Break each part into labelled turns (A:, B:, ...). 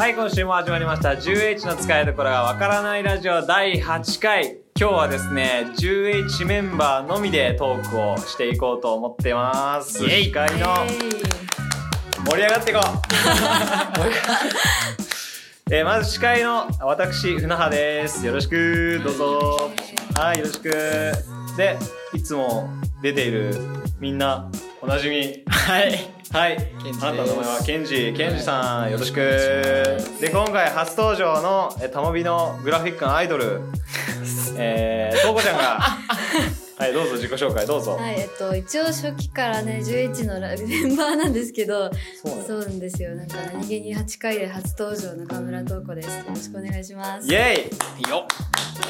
A: はい、今週も始まりました。10H の使いどころがわからないラジオ第8回。今日はですね、10H メンバーのみでトークをしていこうと思ってます。
B: イエイ
A: 司会の盛り上がっていこう。 えーまず司会の私、船葉です。よろしく、どうぞ。はい、よろしく。で、いつも出ているみんな、おなじみ。
B: はい。
A: はい、
B: ケンジです
A: あなたの名前はケンジ、ケンジさん、よろしく。で、今回初登場の、え、たもびのグラフィックのアイドル。えー、とうこちゃんが。はい、どうぞ自己紹介、どうぞ。
C: はい、えっと、一応初期からね、11のラメンバーなんですけど、
A: そうね
C: そうなんですよ。なんか、何気に8回で初登場の中村瞳子です。よろしくお願いします。
A: イ
C: や
A: エ
B: よ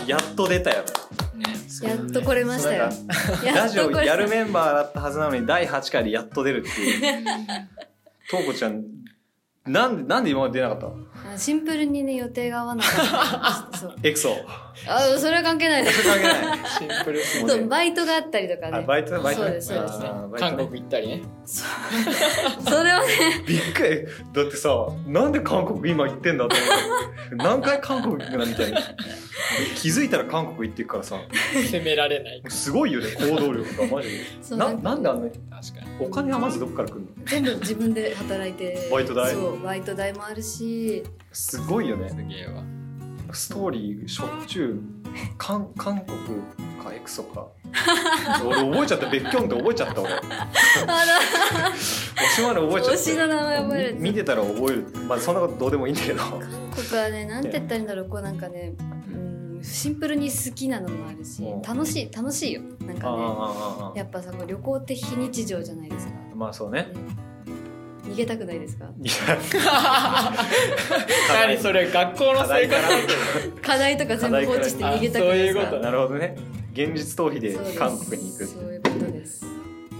A: イ、やっと出たよ。
B: ね。
C: っと来れましたよ
A: そ。
C: や
A: ラ
C: っ
A: ジ
C: と
A: オ
C: 来れ
A: やるメンバーだったはずなのに、第八回でやっと出るって いう。とうこちゃん。なんで、なんで今まで出なかっ
C: あシンプルにね、予定が合わなかった りして。そう。
A: た。エクソ。
C: あ、それは関係ないです。
A: 関係な い。シンプル。
C: そうバイトがあったりとか
A: あ、
C: ね。
A: バイト、バイト。
C: そうですそうです
B: ね
A: あーバイトね
B: 韓国行ったりね。
C: それはね、
A: びっくりだってさなんで韓国今行ってんだと思って何回韓国行くなみた いな気づいたら韓国行ってくからさ
B: 責められない。
A: すごいよね行動力がマジで
C: そう
A: な
C: なんか
A: なんであんな
B: 確かに。
A: お金はまずどっから来るの
C: 全部自分で働いて。
A: バイト代
C: そう、バイト代もあるし、
A: すごいよね
B: すげえわ。
A: ストーリーしょっちゅう韓韓国かエクソ か俺覚えちゃった別居って覚えちゃった俺
C: あ
A: 推しまで覚えちゃった
C: 推しの名前覚える
A: み見てたら覚えるまあそんなことどうでもいいんだけど
C: 韓国はねなんて言ったらいいんだろうこうなんかねうんシンプルに好きなのもあるし
A: うん
C: 楽しい楽しいよなん
A: あー
C: か
A: あーあ
C: ねやっぱさこう旅行って非日常じゃないですか、ね
A: ーまあそうね
C: 逃げたくないですか
A: いや
B: 何それ学校の
A: 課題
B: 生
A: か
B: 活
A: な
C: 課題とか全部放置して逃げたく
B: あ
C: な
B: そう
C: い
B: い
C: で
B: う
C: す
B: こ
C: か
B: と
A: なるほどね現実逃避で
C: そうです
A: 韓国に行く
C: そういうことです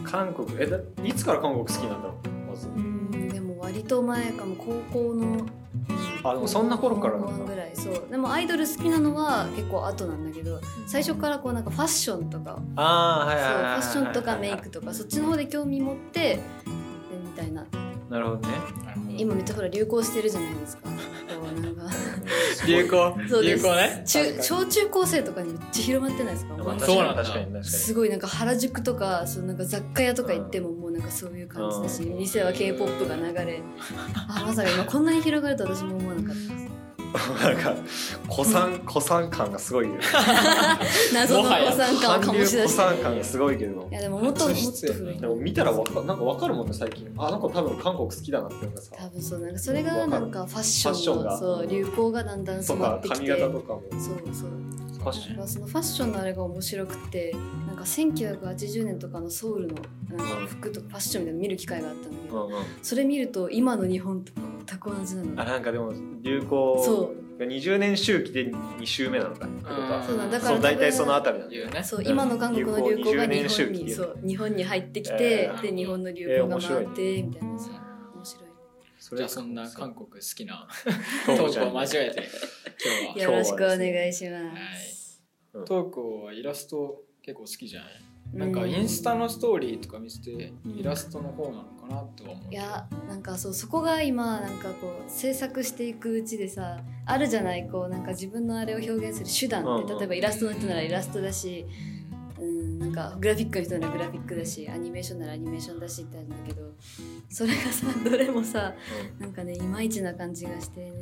A: 韓国えだいつから韓国好きなんだろうまず
C: うんでも割と前かも高校の
A: あでもそんな頃から
C: 高
A: な
C: 校
A: ん
C: ぐ
A: だ
C: らいそうでもアイドル好きなのは結構後なんだけど最初からこうなんかファッションとか
A: ああはい
C: そ
A: うはい
C: フ
A: はいはい
C: ァッションとかメイクとかそっちの方で興味持ってでみたいな
A: なるほどね
C: 今めっちゃほら流行してるじゃないですかこ うなんか
B: 流行
C: そうで
B: 流
C: す
B: 行ね。
C: 中小中高生とかにめっちゃ広まってないですか
A: まあ
B: そうなんだ
A: 確かに確かに確かに
C: すごいなんか原宿とかそのなんか雑貨屋とか行ってももうなんかそういう感じだし
A: うん
C: 店は k p o p が流れあまさか今こんなに広がると私も思わなかったで
A: なんか古参古参感がすごいよ
C: す謎の
B: もはや
C: お参観を
A: 韓
C: 醸
A: 流
C: し出
A: 古
C: して
A: 参感がすごいけど
C: いやでももっともっと古 い
A: でも見たらわかなんかわかるもんね最近あなんか多分韓国好きだなっていうのがさ
C: 多分そうなんかそれがなんかファッション
A: ファッ
C: の
A: ションが
C: そう流行がだんだん
A: と
C: 染ま
A: か
C: ってき
A: 髪
C: て
A: 型とかも
C: そうそ
A: 少
C: う
A: し
C: なんかそのファッションのあれが面白くてなんか1980年とかのソウルのなんか服とかファッションみたいなの見る機会があったんだけ
A: う
C: ど、
A: んうん
C: それ見ると今の日本と全く同じな
A: あ
C: の
A: なんかでも流行
C: そう
A: が20年周期で2周目なのかってことは
C: そうなんだから
A: そう大体そのあたりなんだ
B: 言うね。
C: そう今の韓国の流行が
A: 流行20年
C: 日
A: 周
C: 本
A: 期
C: にそう日本に入ってきて、
A: えー
C: で日本の流行が回って、みたいなさ面白
A: そ
B: じ
A: れ
B: ゃあそんな韓国好きなト
A: トークちゃ
B: ー
A: ん
B: クを交えて今
C: い
B: 日
C: よ
B: は。
C: ろしくお願いします、
B: トークはイラスト結構好きじゃない。なんかインスタのストーリーとか見せてイラストの方なのかなとは思う
C: い
B: けど。
C: やなんかそうそこが今なんかこう制作していくうちでさあるじゃないこうなんか自分のあれを表現する手段って、
A: うんうん
C: 例えばイラストの人ならイラストだし、うん、なんかグラフィックの人ならグラフィックだしアニメーションならアニメーションだしってあるんだけどそれがさどれもさなんかねいまいちな感じがしてね、
B: うん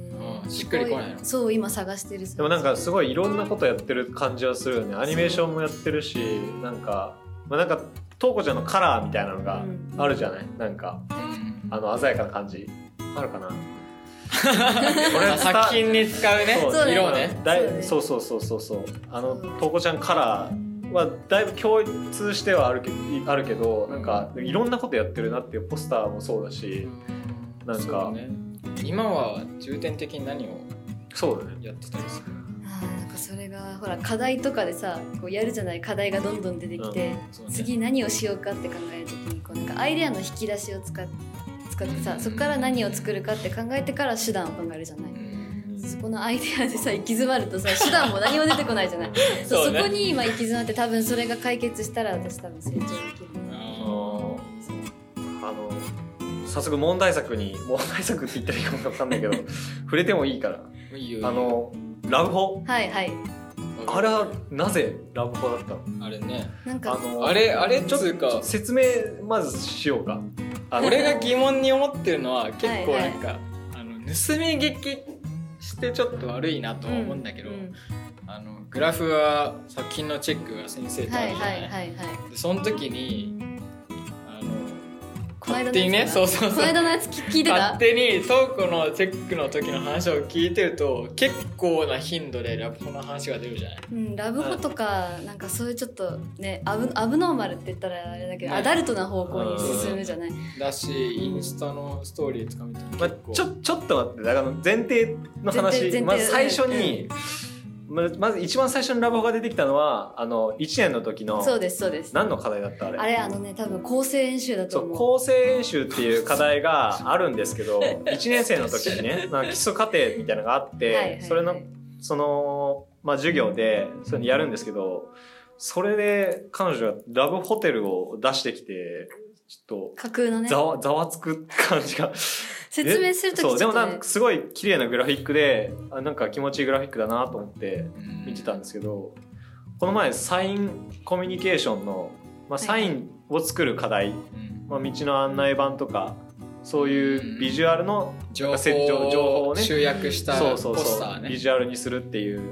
B: しっくりこないの
C: そう今探してる
A: でもなんかすごいいろんなことやってる感じはするよねアニメーションもやってるしなんかまあなんかとうこちゃんのカラーみたいなのがあるじゃないなんか
B: うん
A: あの鮮やかな感じあるかな
B: あ作品に使うね
A: そう
C: そう
B: 色をね。
A: だ
C: そう
A: い
C: ね
A: そうそうそうそうそうあの
C: そう
A: とうこちゃんカラーはだいぶ共通してはあるけあるけどなんかいろんなことやってるなっていうポスターもそうだしなんか
B: そうね今は重点的に何を
A: そうだね
B: やってたりする
C: あーなんかそれがほら課題とかでさこうやるじゃない課題がどんどん出てきて、
B: そうね
C: 次何をしようかって考えるときにこうなんかアイデアの引き出しを使っ使ってさそこから何を作るかって考えてから手段を考えるじゃない
B: うん
C: そこのアイデアでさ行き詰まるとさ手段も何も出てこないじゃないそう
B: そうね
C: そこに今行き詰まって多分それが解決したら私多分成長できるな
B: あ
A: あのあの早速問題作に問題作って言ったらいいかもわかんない けど触れてもいいから
B: いいよいいよ
A: あのラブホ
C: はいはい
A: あれはなぜラブホだったの
B: あれね
C: なんか
A: あの
B: あれあれっ
A: ちょっ
B: つうか
A: と説明まずしようかあの
B: 俺が疑問に思ってるのは結構
C: はいは
B: ないんか、あの盗み劇してちょっと悪いなとは思うんだけど、
C: うん
B: あのグラフは作品のチェックが先生とあ
C: は
B: るじ
C: い
B: ゃな,、
C: はいいはいはい
B: でその時にあの
C: この間の
B: 勝手
C: やつ
B: にね
C: かな
B: そうそう
C: こ
B: そ
C: の
B: う
C: 間のやつ聞聞いて
B: 勝
C: た
B: 手にトークのチェックの時の話を聞いてると結構な頻度でラップの話が出るじゃない
C: うん、ラブホとかなんかそういうちょっとねアブアブノーマルって言ったらあれだけど、
B: ね
C: アダルトな方向に進むじゃない、
B: だしインスタのストーリーとか見ても
A: まあ
B: 結構、、
A: ちょちょっと待ってだから前提の話
C: 前提前提
A: まず最初に、まずまず一番最初にラブホが出てきたのはあの1年の時の
C: そうですそうです
A: 何の課題だったあれ
C: あれあのね多分構成演習だと
A: そう
C: 思う
A: 構成演習っていう課題があるんですけ ど1年生の時にねなんか基礎課程みたいなのがあって、
C: はいはいはい
A: それのその、まあ、授業でそれやるんですけどそれで彼女がラブホテルを出してきてちょっ
C: 架空の
A: と
C: ね
A: ざわざわつく感じが
C: 説明するときち
A: そ
C: ょ
A: う
C: っ
A: でも
C: と、
A: なん
C: ね
A: か、すごい綺麗なグラフィックであなんか気持ちいいグラフィックだなと思って
B: うん
A: 見てたんですけどこの前サインコミュニケーションの、まあ、サインを作る課題、
B: うん
A: まあ、道の案内板とかそういうビジュアルの
B: 情
A: なんかせ情情報
B: 報
A: を
B: を
A: ね
B: 集約した
A: そう
B: ポ
A: そう
B: スタ
A: そ
B: ー
A: うビ
B: ね
A: ジュアルにするっていう
B: う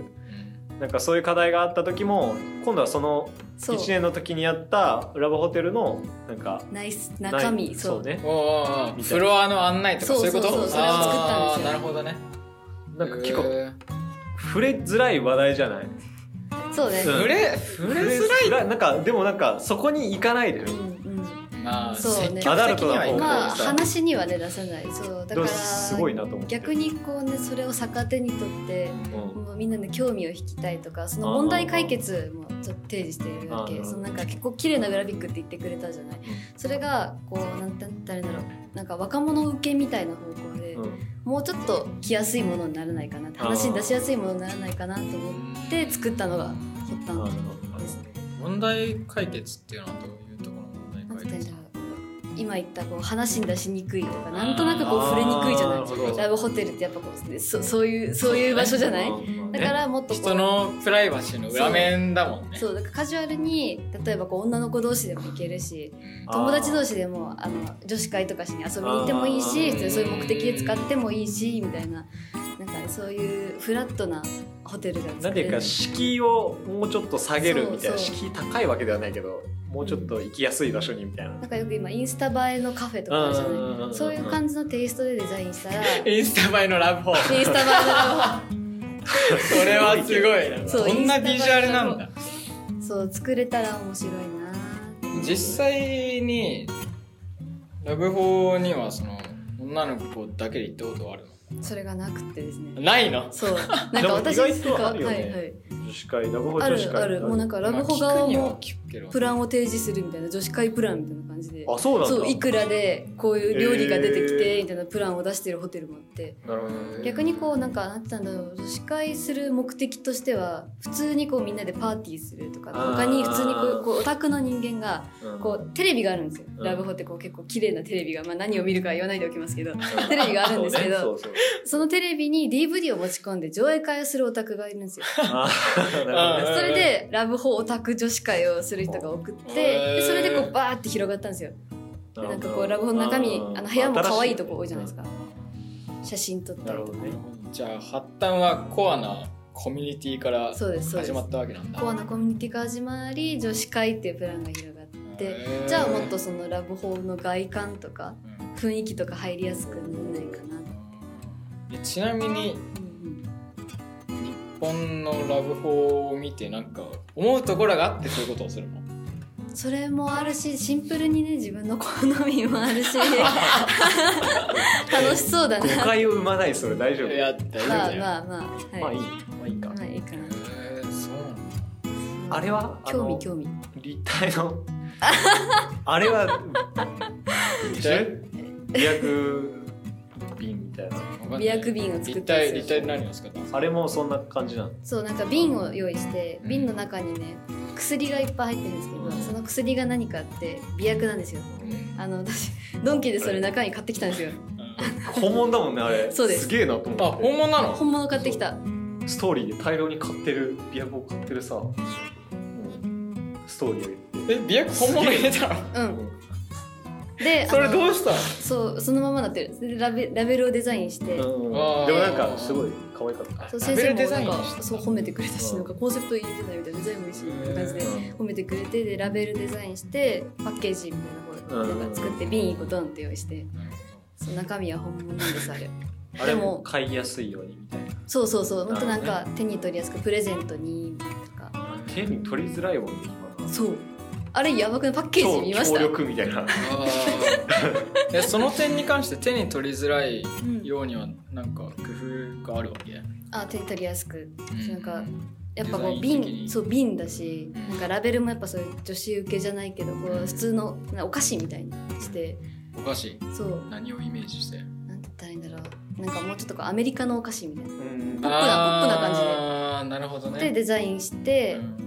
B: ん
A: なんかそういう課題があった時も今度はその
C: そう
A: 1年の時にやったラブホテルのなんか
C: ナイス
A: ない
C: 中身そう
A: ね
B: おうおうおうフロアの案内とか
C: そ
B: そうういうこと
C: そうそうそれを作ったんですよ
B: あーなるほどね
A: なんか結構
B: へ
A: 触れづらい話題じゃない
C: そうね、
A: う
B: ー
A: ん
B: 触れ触れづらい
A: らいなんかでもなんかそこに行かないでしょ
C: うんうん
B: まあ、
C: そうね
B: 積極的にはいかない
C: まあ
A: そう
C: 話にはね出せないそうだ
A: で
C: か
A: も
C: ら
A: すごいなと思って
C: 逆にこうねそれを逆手にとって
A: うん
C: もうみんなの興味を引きたいとかその問題解決もちょっと提示しているわ
A: あ
C: け
A: ー
C: そのなんか結構綺麗なグラフィックって言ってくれたじゃないそれがこうなんて誰だろうなんか若者受けみたいな方向で、
A: うん
C: もうちょっと来やすいものにならないかなって話に出しやすいものにならないかなと思って作ったのが発端です
B: 問題解決っていうのはどういうところの問
C: なん
B: 題解
C: て言うん
B: 決
C: だろう今言ったこう話に出しにくいとかなんとなくこう触れにくいじゃ
A: あ
C: ない
A: ーるほど
C: ラブホテルってやっぱこうそそういうそういう場所じゃない
A: うん
C: だからもっとこう
B: 人のプライバシーの裏面だもんね
C: そうだからカジュアルに例えばこう女の子同士でも行けるし
B: うん
A: あ
C: 友達同士でもあの女子会とかしに遊びに行ってもいいし
A: あー
C: 普通にそういう目的で使ってもいいしみたいななんか、ね、そういうフラットなホテルが
A: なん
C: 作
A: て
C: れ
A: いう
C: る
A: か敷居をもうちょっと下げるみたいな
C: そうそう
A: 敷居高いわけではないけどもうちょっと行きやすい場所にみたいな
C: なんかよく今インスタ映えのカフェとかあるじゃ
A: うんうんうんう
C: なんいそういう感じのテイストでデザイ ンしたらイン
B: インスタ映えのラブホー
C: スタ映えの
B: それはすごいな
C: そう
B: こんなビジュアルなんだ
C: そう作れたら面白いな
B: 実際にラブホーにはその女の子だけで行ったことはある
C: それがなくてです
B: の
C: ね
B: ないの
C: そうなんか私
A: でも意外とあるよね
C: はいはい
A: 女子会ラブホ
C: あ
A: 女子
C: る
A: 会
C: あるもうなんかラブホ
B: まあ聞
C: 側
B: くには
C: も
B: 聞くけど
C: プランを提示するみたいな女子会プランみたいな感じで
A: あそうなんだ
C: そういくらでこういう料理が出てき
A: へ
C: て
A: ー
C: みたいなプランを出してるホテルもあって
A: なるほどね
C: 逆にこうなんかなんて言ったんだろう女子会する目的としては普通にこうみんなでパーティーするとか
A: あー
C: 他に普通にこうこうオタクの人間が
A: うん
C: こうテレビがあるんですよ、
A: うん
C: ラブホってこう結構綺麗なテレビが、まあ、何を見るかは言わないでおきます けど
A: うん
C: テレビがあるんですけど
A: そうねそうそう
C: そのテレビに DVD を持ち込んで上映会をするオタクがいるんですよ
A: あーなる
B: うん
C: それでラブホオタク女子会をする人が多くって
B: へー
C: でそれでこうバーって広がったんですよ
A: ほど
C: な
A: ね
C: んかこうラブホの中身
A: ー
C: あの部屋も可愛いとこ多いじゃないです
A: か
C: か写真撮ったりとか
A: なるほどね
B: じゃあ発端はコアなコミュニティから
C: そうですそうで
B: 始
C: す
B: まったわけなんだ
C: コアなコミュニティが始まり女子会っていうプランが広がって
B: へー
C: じゃあもっとそのラブホの外観とか
B: うん
C: 雰囲気とか入りやすくならないかな、
B: えちなみに
C: うん
B: 日本のラブホを見てなんか思うところがあってそういうことをするの
C: うん、それもあるしシンプルにね自分の好みもあるし楽しそうだな
A: 誤解を生まないそれ大丈夫
B: いや大丈夫
C: まあ
B: だよ、
C: まあまあ、はい、
A: まあいいまあいいか
C: まあいいかな
B: へーそうなんだ
A: あれはあ
C: 興
A: の
C: 味興味
A: 立体 のあれは
B: 立体
A: リアク瓶みたいな
B: あわかんない
C: 媚薬瓶を作
B: 立
C: ったり
B: 体
C: する
B: 立体で何を使ったんですか
A: あれもそんな感じなの
C: そうなんか瓶を用意して
B: うん
C: 瓶の中にね薬がいっぱい入ってるんですけど、
B: うん
C: その薬が何かって媚薬なんですよ
B: うん
C: あの私ドンキでそれ中に買ってきたんですよ
A: 本物だもんねあれ
C: そうです
A: げえなと
B: あ
A: 思って
B: 本物なの
C: 本物買ってきた
A: ストーリーで大量に買ってるビアボ買ってるさ、うんストーリー
B: え美薬本物入れたの
C: うんで
B: それど
C: う
B: うしたの
C: そうそのままなってるでラベラベルをデザインして、
A: うん
B: あー
A: でもなんかすごい可愛かった
C: そう
B: ラ
C: 先
B: ベ
C: 生
B: ルデ
C: も
B: ザ
C: な
B: イ
C: ん
B: ン
C: か
B: してた
C: そう褒めてくれたし
A: うん
C: なんかコンセプト入れてないみたいなデザインもいいしみたいな感じで
B: う
C: 褒めてくれてでラベルデザインしてパッケージみたいなこ
A: う
C: うんなんか作って瓶1個ドンって用意してそう中身は本物なんですあれ
A: あれも買いやすいようにみたいな
C: そうそうそう本当なん
A: な
C: か手に取りやすくプレゼントにとか
A: 手に取りづらいもんね今の
C: そうあれやばくないパッケージ見まし
A: 超
C: た
A: 強力みたいな
B: あー えその点に関して手に取りづらい
C: うん
B: ようにはなんか工夫があるわけ、
C: あ手に取りやすくなんかやっぱこ
B: デザ
C: う
B: イン的に
C: 瓶そう瓶だし
B: うん
C: なんかラベルもやっぱそういう女子受けじゃないけどこう普通のなお菓子みたいにして
B: お菓子
C: そう
B: 何をイメージして
C: なんて言ったらいいんだろうなんかもうちょっとこうアメリカのお菓子みたい な
A: うん
C: ポップなポップな感じで
B: あーなるほどね
C: でデザインして
B: う、ん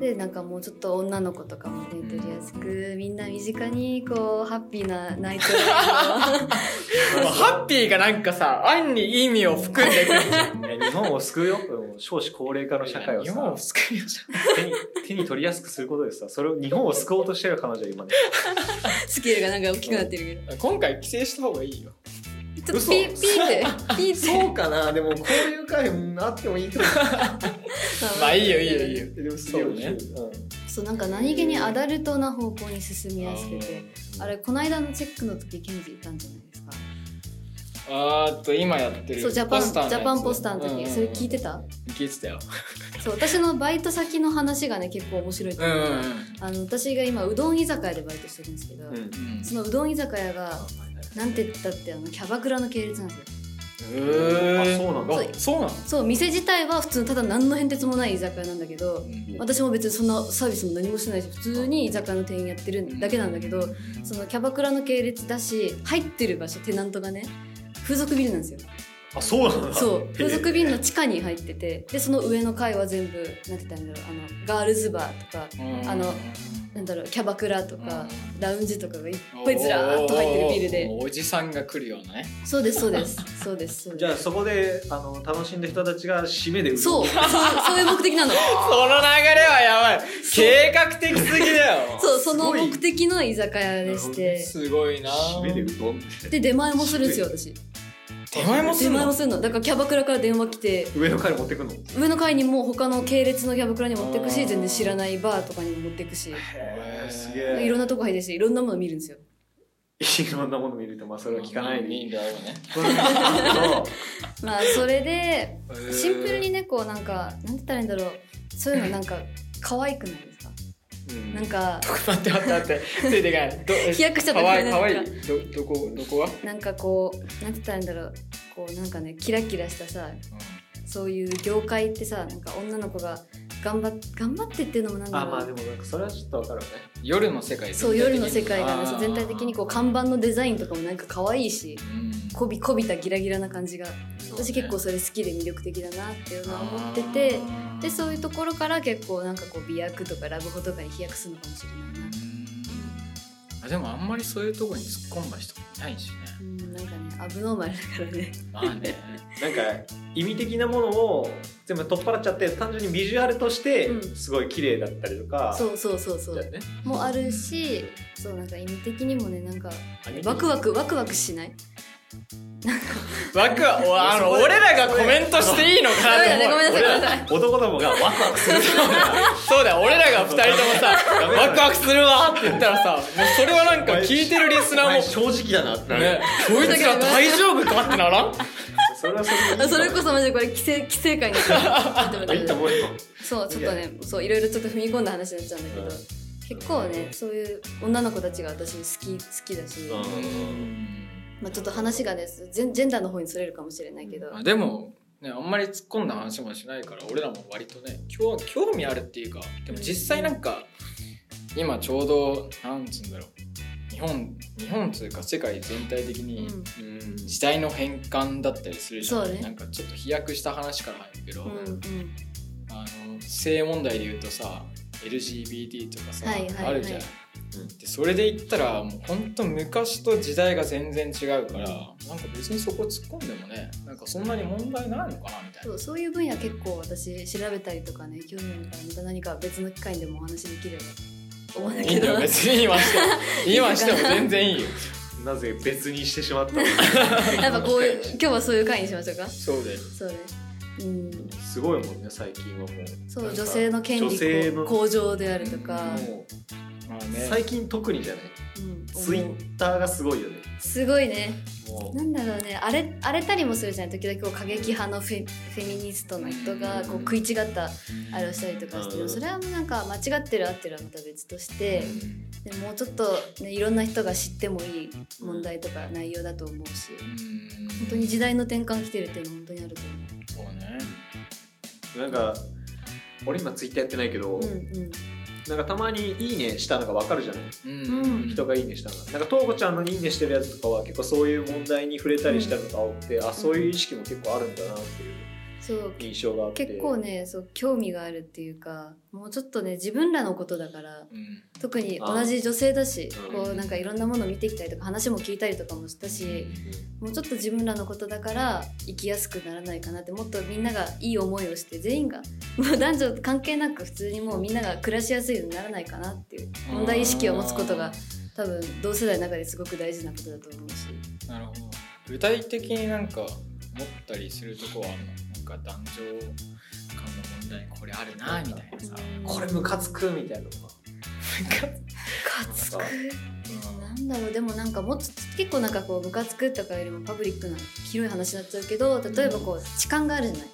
C: でなんかもうちょっと女の子とかもね取りやすくみんな身近にこうハッピーなナイト
B: でもハッピーがなんかさ案に意味を含んでくる
A: いや日本を救うよもう少子高齢化の社会を
B: 日本
A: さ
B: を救いまし
A: 手に手に取りやすくすることでさそれを日本を救おうとしてる彼女は今ね
C: スケールがなんか大きくなってる
B: た今回帰省した方がいいよ
C: けどちょっとピーピーってピーって
A: うかなでもこういう会あってもいいと思
B: まあいいよいいよいいよ
A: うでも
B: そうね
C: そうなんか何気にアダルトな方向に進みやすくてあれこの間のチェックの時ケンジいたんじゃないですか
B: あーっと今やってる
C: そうジャパン
B: ポスターのやつ
C: ジャパンポスターの時、
B: うんうんうん
C: それ聞いてた
B: 聞いてたよ
C: そう私のバイト先の話がね結構面白いと
B: う
C: 思
B: ん
C: う
B: うん
C: あの私が今うどん居酒屋でバイトしてるんですけど、
A: うん
B: うん
C: そのうどん居酒屋がなんて言ったってあのキャバクラの系列なんですよ
B: へー
A: あそうなんだ
B: あそうなんだ
C: そう店自体は普通のただ何の変哲もない居酒屋なんだけど私も別にそんなサービスも何もしてないし普通に居酒屋の店員やってるだけなんだけどそのキャバクラの系列だし入ってる場所テナントがね風俗ビルなんですよ
A: あそうなんだ
C: そう風俗ビルの地下に入っててでその上の階は全部なんて言ったらいいんだろうあのガールズバーとか
B: うん
C: あのなんだろうキャバクラと
B: う
C: か
B: ん
C: ラウンジとかがいっぱいずらーっと入ってるビルで
B: おじさんが来るようなね
C: そうですそうですそうですそう
A: じゃ
C: で
A: あそこであの楽しんだ人たちが締めで
C: すそうそうそういう目的なの
B: その流れはやばい計画的すぎだよ
C: そうその目的の居酒屋でして
B: すごいな
A: 締めでうどん
C: で出前もするんですよ私
B: 手前もす
C: 出
B: ん
C: 前も
B: の
C: するのだからキャバクラから電話来て
A: 上の階に持ってくの
C: 上の階にも他の系列のキャバクラに持ってく
B: あ
C: し
B: ー
C: 全然知らないバーとかにも持ってくし
A: へーすげ
B: へ
A: え
C: いろんなとこ入ってるしいろんなもの見るんですよ
A: いろんなもの見るとまあそれは聞かないでいい
B: いいんだろうね
C: まあそれでシンプルにねこうなんかなんて言ったらいいんだろうそういうのなんか可愛くないですかな んか
B: 待って待って待ってついていかないど
C: 飛躍しちゃった
B: かわいい
C: ご
B: かわ
C: めん
B: い
C: なさい
B: いどどこどこは
C: なんかこうなんて言ったらいいんだろうこうなんかねキラキラしたさそういう業界ってさなんか女の子が頑張っ頑張ってっていうのもなんだ
A: あ
C: ろう
A: まあでもなんかそれはちょっとわかるね
B: 夜の世界
C: そう夜の世界がねそう全体的にこう看
B: 板
C: 板のデザインとかもなんか可愛いしこびこびたギラギラな感じが私結構それ好きで魅力的だなっていうのは思っててでそういうところから結構なんかこう美薬とかラブホとかに飛躍するのかもしれないな、
B: あでもあんまりそういうとこに突っ込んだ人もいないしね
C: うん、なんかねアブノーマルだからね
B: まあ ね
A: なんか意味的なものを全部取っ払っちゃって単純にビジュアルとして
C: うん
A: すごい綺麗だったりとか
C: そうそうそうそ
A: じゃあ
C: う
A: ね
C: もあるしそうなんか意味的にもねなんか
A: あ
C: ワクワクワクワクしない
B: わくわおあの俺らがコメントしていいの
C: ダ
B: か
C: メ
B: なと
C: だねご
B: 思
C: めん
B: う
C: なさいごめんなさい
A: 男どもがワクワクする
B: そうだよ俺らが二人ともさ
A: ダメだ
B: ワクワクするわって言ったらさもうそれはなんか聞いてるリス
A: お
B: ナー
A: 前
B: も
A: 正直だなってなる
B: ねこいつら大丈夫かってならん
A: それはそれでいい
C: あそれこそマジでこれ規制規制会に
A: あ いいと思うよ
C: そうちょっとねそういろいろちょっと踏み込んだ話になっちゃうんだけど、
A: うん
C: 結構ねそういう女の子たちが私好き好きだし、
A: うん
C: まあ、ちょっと話がねジェンジェンダーの方にそれるかもしれないけど、
B: まあでもねあんまり突っ込んだ話もしないから俺らも割とね興興味あるっていうかでも実際なんか今ちょうどなんつうんだろう日日本日本というか世界全体的に
C: うん
A: うん
B: 時代の変換だったりするじゃな
C: そう
B: い、
C: ね
B: なんかちょっと飛躍した話から入るけど、
C: うんうん
B: あの性問題で言うとさ LGBT とかさ、
C: はいはいはい
B: あるじゃん。
A: うん
B: でそれで言ったらもうほんと昔と時代が全然違うからなんか別にそこ突っ込んでもねなんかそんなに問題ないのかなみたい
C: そ
B: な。
C: うそういう分野結構私調べたりとかね興味あるからまた何か別の機会でもお話できればと思うんだ
B: いい
C: け
B: んだ
C: ど
B: よ別に今 しても今しても全然いいよ。
A: なぜ別にしてしまったの
C: やっぱこういう今日はそういう会にしましょうか
B: そうだよ。
C: そうねうん
A: すごいもんね最近はもう
C: そ
A: なん
C: う
A: か
C: 女性の権
A: 女性
C: 利
A: の
C: 向上であるとか、
A: も
B: まあ
A: う
B: ね。
A: 最近特にじゃない
C: うん
A: ツイ
C: 思う
A: ッターがすごいよね
C: すごいね
A: も
C: なんだろうね荒れ荒れたりもするじゃない時々こう過激派のフェフェミニストの人がこう食い違ったあれをしたりとかしてでもそれはもうなんか間違ってる合ってるはまた別としてでもうちょっと、ね、いろんな人が知ってもいい問題とか内容だと思うし本当に時代の転換来てるっていうのは本当にあると
B: そ
C: 思
B: うね。
A: うなんか俺今ツイッターやってないけど、
C: う。うん
A: なんかたまに「いいね」したのがわかるじゃない
B: うん。
A: 人が「いいね」したのがなんかとうこちゃんの「いいね」してるやつとかは結構そういう問題に触れたりしたのが多くて、あそういう意識も結構あるんだなっていう
C: そう
A: 印象があって
C: 結構ねそう興味があるっていうかもうちょっとね自分らのことだから
B: うん。
C: 特に同じ女性だし
A: あー
C: こうなんかいろんなもの見てきたりとか話も聞いたりとかもしたしもうちょっと自分らのことだから生きやすくならないかなってもっとみんながいい思いをして全員がもう男女関係なく普通にもうみんなが暮らしやすいようにならないかなっていう問題意識を持つことが多分同世代の中ですごく大事なことだと思うし
B: なるほど具体的になんか思ったりするとこはあるのなんか男女間の問題これあるなみたいなさ、
A: これムカつくみたいなのが
C: ムカつくなんだろうでもなんかもっと結構なんかこうムカつくとかよりもパブリックな広い話になっちゃうけど例えばこう痴漢があるじゃない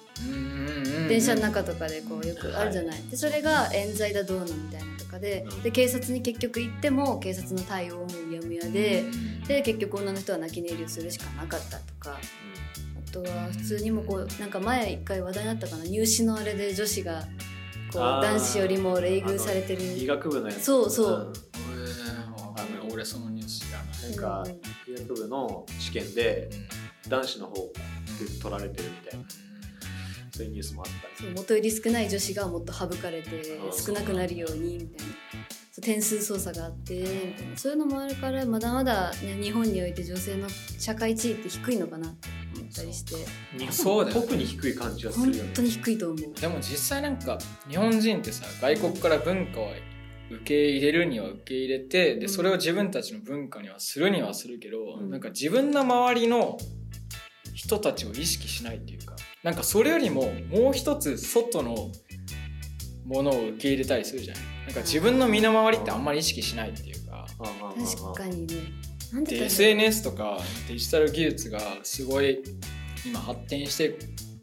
C: 電車の中とかでこうよくあるじゃない、でそれが冤罪だどうのみたいなとかで
A: うん
C: で警察に結局行っても警察の対応もうやむやでで結局女の人は泣き寝入りをするしかなかったとかあとは普通にもこうなんか前一回話題になったかな入試のあれで女子がこう
A: あー
C: 男子よりも冷遇されてる
A: 医学部のやつ
C: そうそう
B: 俺俺そのニュース知らない、
A: うんなんか医学部の試験で男子の方で取られてるみたいなそういうニュースもあったり
C: そう元より少ない女子がもっと省かれて
A: あー
C: 少なくなるようにみたいなそう点数操作があってみたいなそういうのもあるからまだまだ、ね、日本において女性の社会地位って低いのかなって思ったりして
A: 日本
B: そうだよね
A: 特に低い感じがす
C: 本
A: るよね
C: 当に低いと思う。
B: でも実際なんか日本人ってさ外国から文化を受け入れるには受け入れてでそれを自分たちの文化にはするにはするけど、
C: うん
B: なんか自分の周りの人たちを意識しないっていうかなんかそれよりももう一つ外のものを受け入れたりするじゃないなんか自分の身の回りってあんまり意識しないっていうか。
C: 確か
A: に
C: にねなんで
B: で
C: か
B: SNS とかデジタル技術がすごい今発展して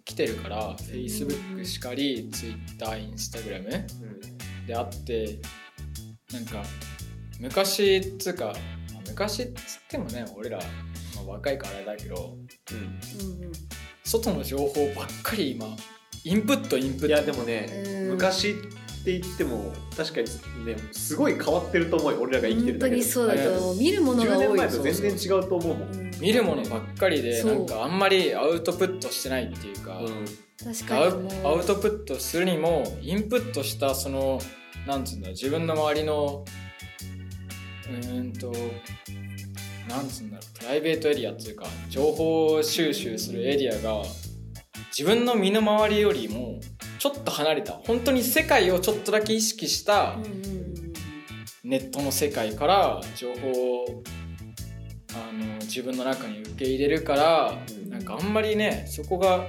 B: きてるから、Facebook しかり Twitter、Instagram であってなんか昔っつうかまあ昔っつってもね俺ら、まあ若いからあれだけど
C: うんうん
B: 外の情報ばっかり今インプットインプット
A: いやでもね
C: うん
A: 昔って言っても確かにねすごい変わってると思うよ俺らが生きてる
C: 本当
A: だけ
C: に
A: で
C: そうだと思う見るもの
A: 10
C: が多
A: 年
C: い
A: 前と全然違うと思うもん
C: うん
B: 見るものばっかりで
C: そう
B: なんかあんまりアウトプットしてないっていうか、
A: うん
C: 確
B: ア
C: かに
B: ウアウトプットするにもインプットしたそのなんつうんだ自分の周りのうーんとなんつうんだろうプライベートエリアっていうか情報収集するエリアが自分の身の回りよりもちょっと離れた本当に世界をちょっとだけ意識した
C: うんうんうんうん
B: ネットの世界から情報をあの自分の中に受け入れるから
A: うん
B: なんかあんまりねそこが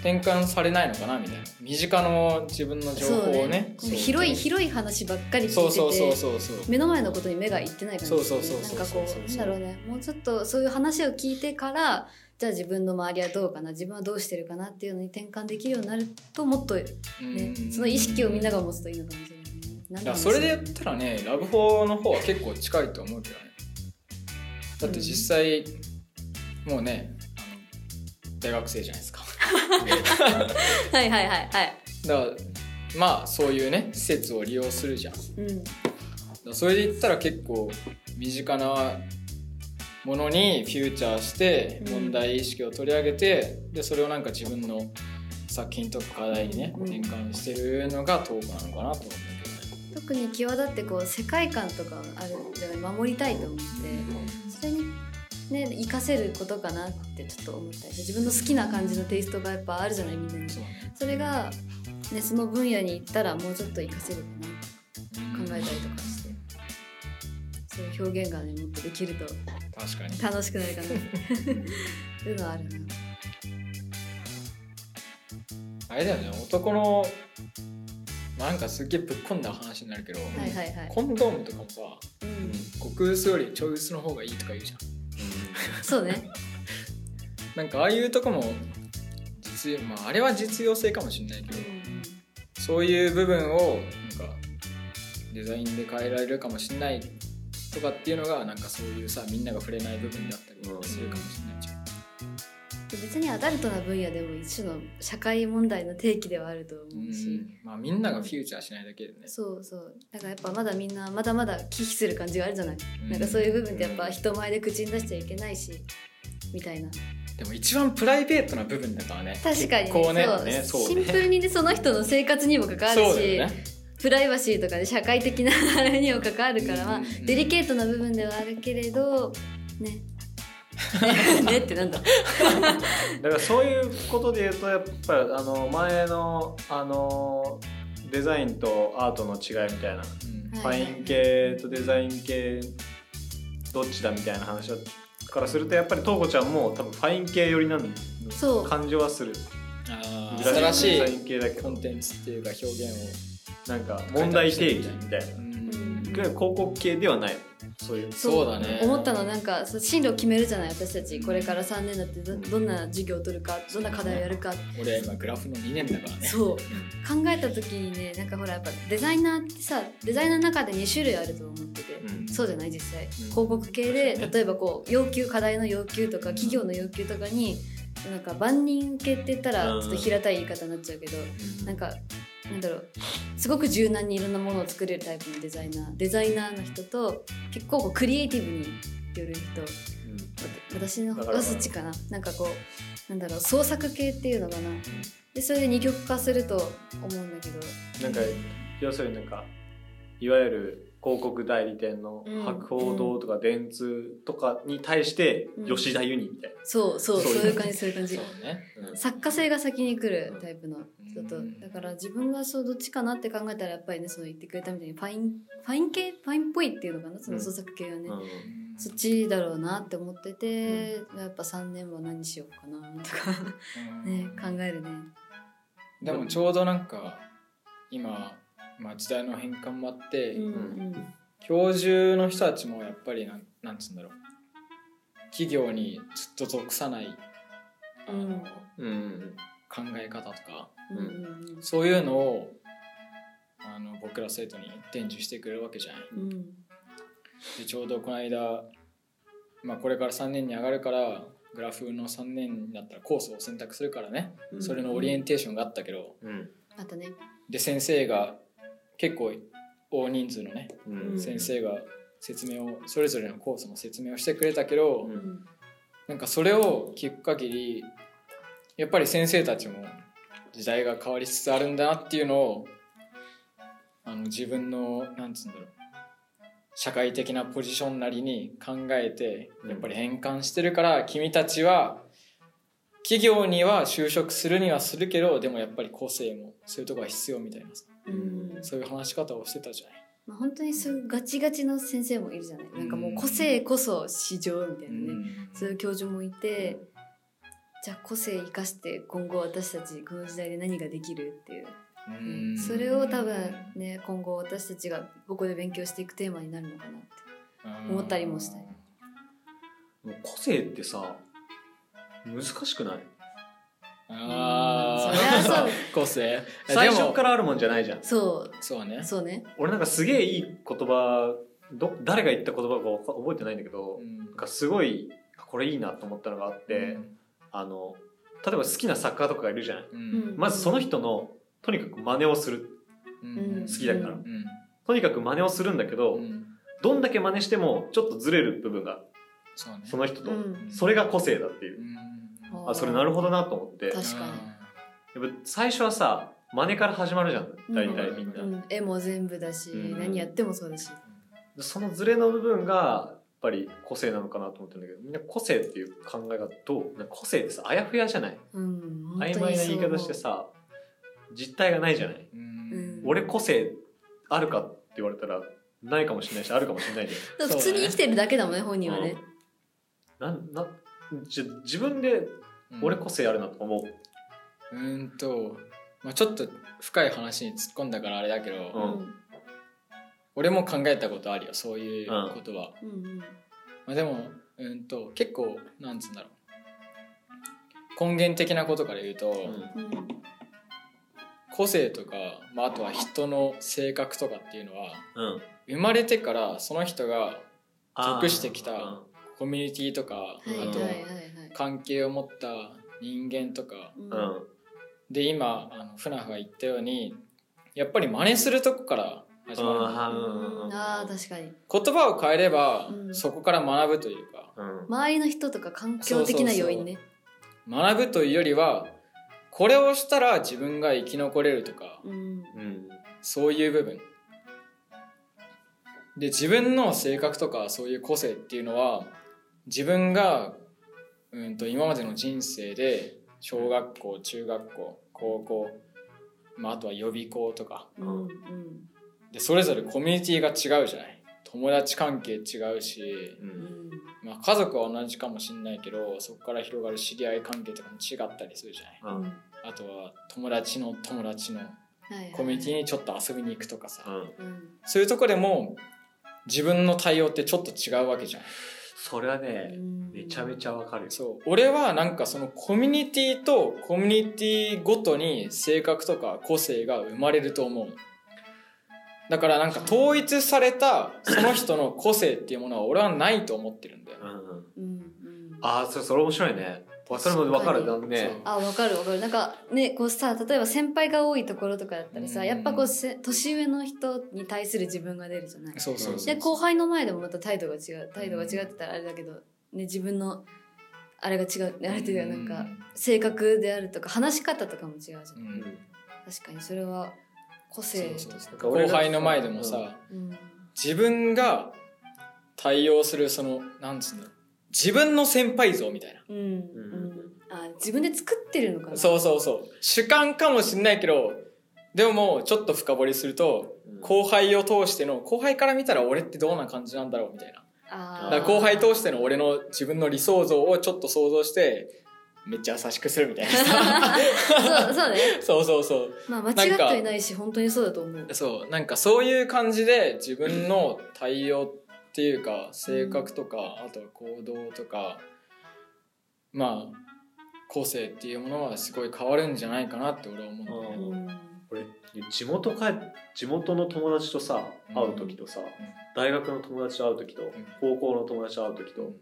B: 転換されないのかなみたいな身近の自分の情報を
C: そう
B: ね
C: ね広い
B: い
C: 広い話ばっかり聞いてて
B: そうそうそうそうそう
C: 目の前のことに目がいってないから
B: そうそうそうそう
C: なんかこ
B: そうそう
C: う
B: そ
C: な
B: うん
C: だろうねもうちょっとそういう話を聞いてからじゃあ自分の周りはどうかな自分はどうしてるかなっていうのに転換できるようになるともっと、ね、
B: うん
C: その意識をみんなが持つといいのかもしれないねなん
B: い
C: だ
B: や
C: ろうね
B: それで言ったらねラブホの方は結構近いと思うけどねだって実際、もうねあの大学生じゃないですか
C: はいはいはいは
B: だ
C: い
B: からまあそういうね施設を利用するじゃん
C: うん
B: からそれで言ったら結構身近なものにフューチャーして
C: うん
B: 問題意識を取り上げて、でそれをなんか自分の作品とか課題にね
C: うん
B: 転換してるのが投稿なのかなと思う
C: 特に際立ってこう世界観とかあるじゃない守りたいと思って
B: けどね、
C: それにね活かせることかなってちょっと思ったりして自分の好きな感じのテイストがやっぱあるじゃないみんなに
B: そうね
C: それが、ね、その分野に行ったらもうちょっと活かせるかな考えたりとかしてそういう表現がねもっとできると
B: 確かに
C: 楽しくなるかなって いうのはあるな
B: あれだよね男のなんかすっげえぶっ込んだ話になるけど、
C: はいはいはい、
B: コンドームとかもさ
C: うん、
B: 極薄より超薄の方がいいとか言うじゃん
C: そうね
B: なんかああいうとこも実用、まあ、あれは実用性かもしれないけどそういう部分をなんかデザインで変えられるかもしれないとかっていうのがなんかそういうさみんなが触れない部分だったり
A: うん
B: するかもしれないじゃん。
C: で別にアダルトな分野でも一種の社会問題の提起ではあると
B: う
C: 思うし、
B: んまあ、みんながフューチャーしないだけでね。
C: そうそうだからやっぱまだみんなまだまだ忌避する感じがあるじゃない、なんかそういうう部分ってやっぱ人前で口に出しちゃいけないしみたいなん
B: でも一番プライベートな部分だからね。
C: 確かに
B: こうね
C: そう
A: ねそうね
C: シンプルにねその人の生活にも関わる
B: そうだ
C: し、
B: よね。
C: プライバシーとかで社会的な あれにも関わるから、まあ
B: うんうんうん
C: デリケートな部分ではあるけれど ねねってなんだ
A: だからそういうことで言うとやっぱりあの前のあのデザインとアートの違いみたいな、
B: うん
C: はい
A: ファイン系とデザイン系どっちだみたいな話だからするとやっぱりとうこちゃんも多分ファイン系寄りなん
C: そう
A: 感じはする
B: あー
A: ブラジルのデ
B: 新し
A: ザイ
B: い
A: ン系だけ
B: コ
A: ど
B: ンテンツっていうか表現
A: なんか問題定義みたいな
B: を。
C: ん
A: 広告系ではないそういう
B: そうだね
C: 思ったのはなんかそう進路を決めるじゃない私たちこれから3年だってどどんな授業を取るかどんな課題をやるか
B: 俺は今グラフの2年だからね。
C: そう考えた時にねなんかほらやっぱデザイナーってさデザイナーの中で2種類あると思ってて、
A: うん
C: そうじゃない実際、広告系で例えばこう要求課題の要求とか企業の要求とかになんか万人受けって言ったらち
A: う
C: ょ
A: ん
C: っと平たい言い方になっちゃうけど、なんかなんだろうすごく柔軟にいろんなものを作れるタイプのデザイナーデザイナーの人と結構こうクリエイティブによる人
A: うん
C: 私の
A: だから
C: はそっちかななんかこうなんだろう創作系っていうのかなでそれで二極化すると思うんだけど
A: なんか要するになんかいわゆる広告代理店の
C: うん
A: 博報堂とか電通とかに対して
C: うん
A: 吉田ユニみたいな、
C: そうそう
A: そ
C: そうう
A: いう
C: いう感じそういう感
B: そ
C: じ
B: うね。
C: 作家性が先に来るタイプの人と
B: うん
C: だから自分がそうどっちかなって考えたらやっぱりねそう言ってくれたみたいにファインファイン系ファインっぽいっていうのかなその創作系はね、
A: うん
C: そっちだろうなって思ってて、やっぱ3年は何しようかな とか
B: うん
C: ね考えるね
B: でもちょうどなんか今、まあ、時代の変換もあって、
C: うん
B: 教授の人たちもやっぱりなんなんつうんだろう企業にずっと属さないあの、
C: うん
A: うん
B: 考え方とか
C: うんうんうん
B: そういうのをあの僕ら生徒に伝授してくれるわけじゃない。
C: うん
B: でちょうどこの間、まあ、これから3年に上がるからグラフの3年になったらコースを選択するからね、
C: うん
B: それのオリエンテーションがあったけど、
A: うん
C: あとね
B: で先生が結構大人数のね、
A: うん
B: 先生が説明をそれぞれのコースの説明をしてくれたけど、
A: う
C: うんん
B: なんかそれを聞く限りやっぱり先生たちも時代が変わりつつあるんだなっていうのをあの自分のなんつうんだろう社会的なポジションなりに考えて
A: うん
B: やっぱり変換してるから君たちは企業には就職するにはするけどでもやっぱり個性もそういうとこが必要みたいなさ
C: うん
B: そういう話し方をしてたじゃない。
C: まあ、本当にそういうガチガチの先生もいるじゃないなんかもう個性こそ市場みたいなね、そういう教授もいてじゃあ個性生かして今後私たちこの時代で何ができるっていう、
B: うん
C: それを多分ね今後私たちがここで勉強していくテーマになるのかなって思ったりもしたり
A: もう個性ってさ難しくない
B: あ
C: うんそり
B: あ
C: ゃそう
B: 個 性
A: 最初かららあるもんじゃないじゃん
C: そ
B: そうね
C: うそうね
A: 俺なんかすげえいい言葉ど誰が言った言葉かわか覚えてないんだけど、
B: うん
A: なんかすごいこれいいなと思ったのがあって、あの例えば好きな作家とかがいるじゃない
B: うん
C: ん
A: まずその人のとにかく真似をする
B: う
C: うん
B: ん
A: 好きだから、
C: う
B: う
C: ん
B: ん
A: とにかく真似をするんだけど、
B: うん
A: どんだけ真似してもちょっとずれる部分が
B: そうね
A: その人と、
C: うん
A: それが個性だっていうう、
B: ん
A: あそれなるほどなと思ってやっ
C: 確かに
A: ぱ最初はさ真似から始まるじゃん大体みんな、
C: うん、絵も全部だし、
A: うん
C: 何やってもそうだし
A: そのズレの部分がやっぱり個性なのかなと思ってるんだけどみんな個性っていう考えがどうなんか個性ってさあやふやじゃない
C: うん本当
A: 曖
C: にそう思う
A: 昧な言い方してさ実体がないじゃない、
B: うん
C: うん
A: 俺個性あるかって言われたらないかもしれないしあるかもしれないじゃん
C: だから普通に生きてるだけだもんね本人はね、
A: なんなじゃ自分で俺個性あるなと思う、
B: うーんと、まあ、ちょっと深い話に突っ込んだからあれだけど、
A: う
C: うん
B: 俺も考えたことあるよそういうことは、
C: うんうん
B: まあ、でもうーんと結構なんつうんだろう根源的なことから言うと、
C: うん
B: 個性とか、まあ、あとは人の性格とかっていうのは
A: うん
B: 生まれてからその人が
A: あー
B: 属してきた
A: うん
B: コミュニティとか
C: はいはい
B: あ
C: はい
B: と
C: は
B: はい関係を持った人間とか
C: うん
A: うん
B: で今あのフナフが言ったようにやっぱり真似するとこから始まるの
A: うん
C: あー確かに
B: 言葉を変えれば、
C: うん
B: そこから学ぶというか
A: うん
C: 周りの人とか環境的な要因ね
B: 学ぶというよりはこれをしたら自分が生き残れるとか
C: う
A: う
C: ん
A: ん
B: そういう部分で自分の性格とかそういう個性っていうのは自分がうんと今までの人生で小学校中学校高校、まあ、あとは予備校とか
C: うんうん
B: でそれぞれコミュニティが違うじゃない友達関係違うし
A: う
C: うんん
B: まあ、家族は同じかもしれないけどそこから広がる知り合い関係とかも違ったりするじゃない
A: うんうん
B: あとは友達の友達の
C: はい
B: コミュニティにちょっと遊びに行くとかさ、
C: うん
B: そういうとこでも自分の対応ってちょっと違うわけじゃん
A: それは
C: う
A: ね
C: ん
A: めちゃめちゃわかるよ
B: そう俺はなんかそのコミュニティとコミュニティごとに性格とか個性が生まれると思うだからなんか統一されたその人の個性っていうものは俺はないと思ってるんだよ
A: う、んうん
C: うんうん
A: ああそれそれ面白いねわそれもわかる
C: 確か
A: だ
B: に
A: ね
C: あわかるわかるなんかねこうさ例えば先輩が多いところとかだったらさ、
B: うん
C: やっぱこうせ年上の人に対する自分が出るじゃない
B: そうそうそうそう
C: で後輩の前でもまた態度が違う態度が違ってたらあれだけど、ね、自分のあれが違うあれっていうかなんか性格であるとか話し方とかも違うじゃん
B: う、ん、
A: うん
C: 確かにそれは個性
B: そうそうそう
A: なんか俺ら
B: 後輩の前でもさ、
A: うん
C: うん
B: 自分が対応するそのなんつうんだろう自分の先輩像みたい
C: うん、うん、あ自分で作ってるのか
B: な
C: な
B: そうそうそう主観かもしんないけどでももうちょっと深掘りすると
A: うん
B: 後輩を通しての後輩から見たら俺ってどんな感じなんだろうみたいな
C: あ
B: だ
C: ー
B: から後輩通しての俺の自分の理想像をちょっと想像してめっちゃ優しくするみたい なさ
C: そうそうね
B: そうそうそう
C: まあ間違ってはいないし本当にそうだと思う
B: そうなんかそういう感じで自分の対応っていうか性格とかあとは行動とかまあ個性っていうものはすごい変わるんじゃないかなって俺は思う、
A: う
C: うんん
A: 俺地元か地元の友達とさ会う時とさ、大学の友達と会う時と、高校の友達と会う時と、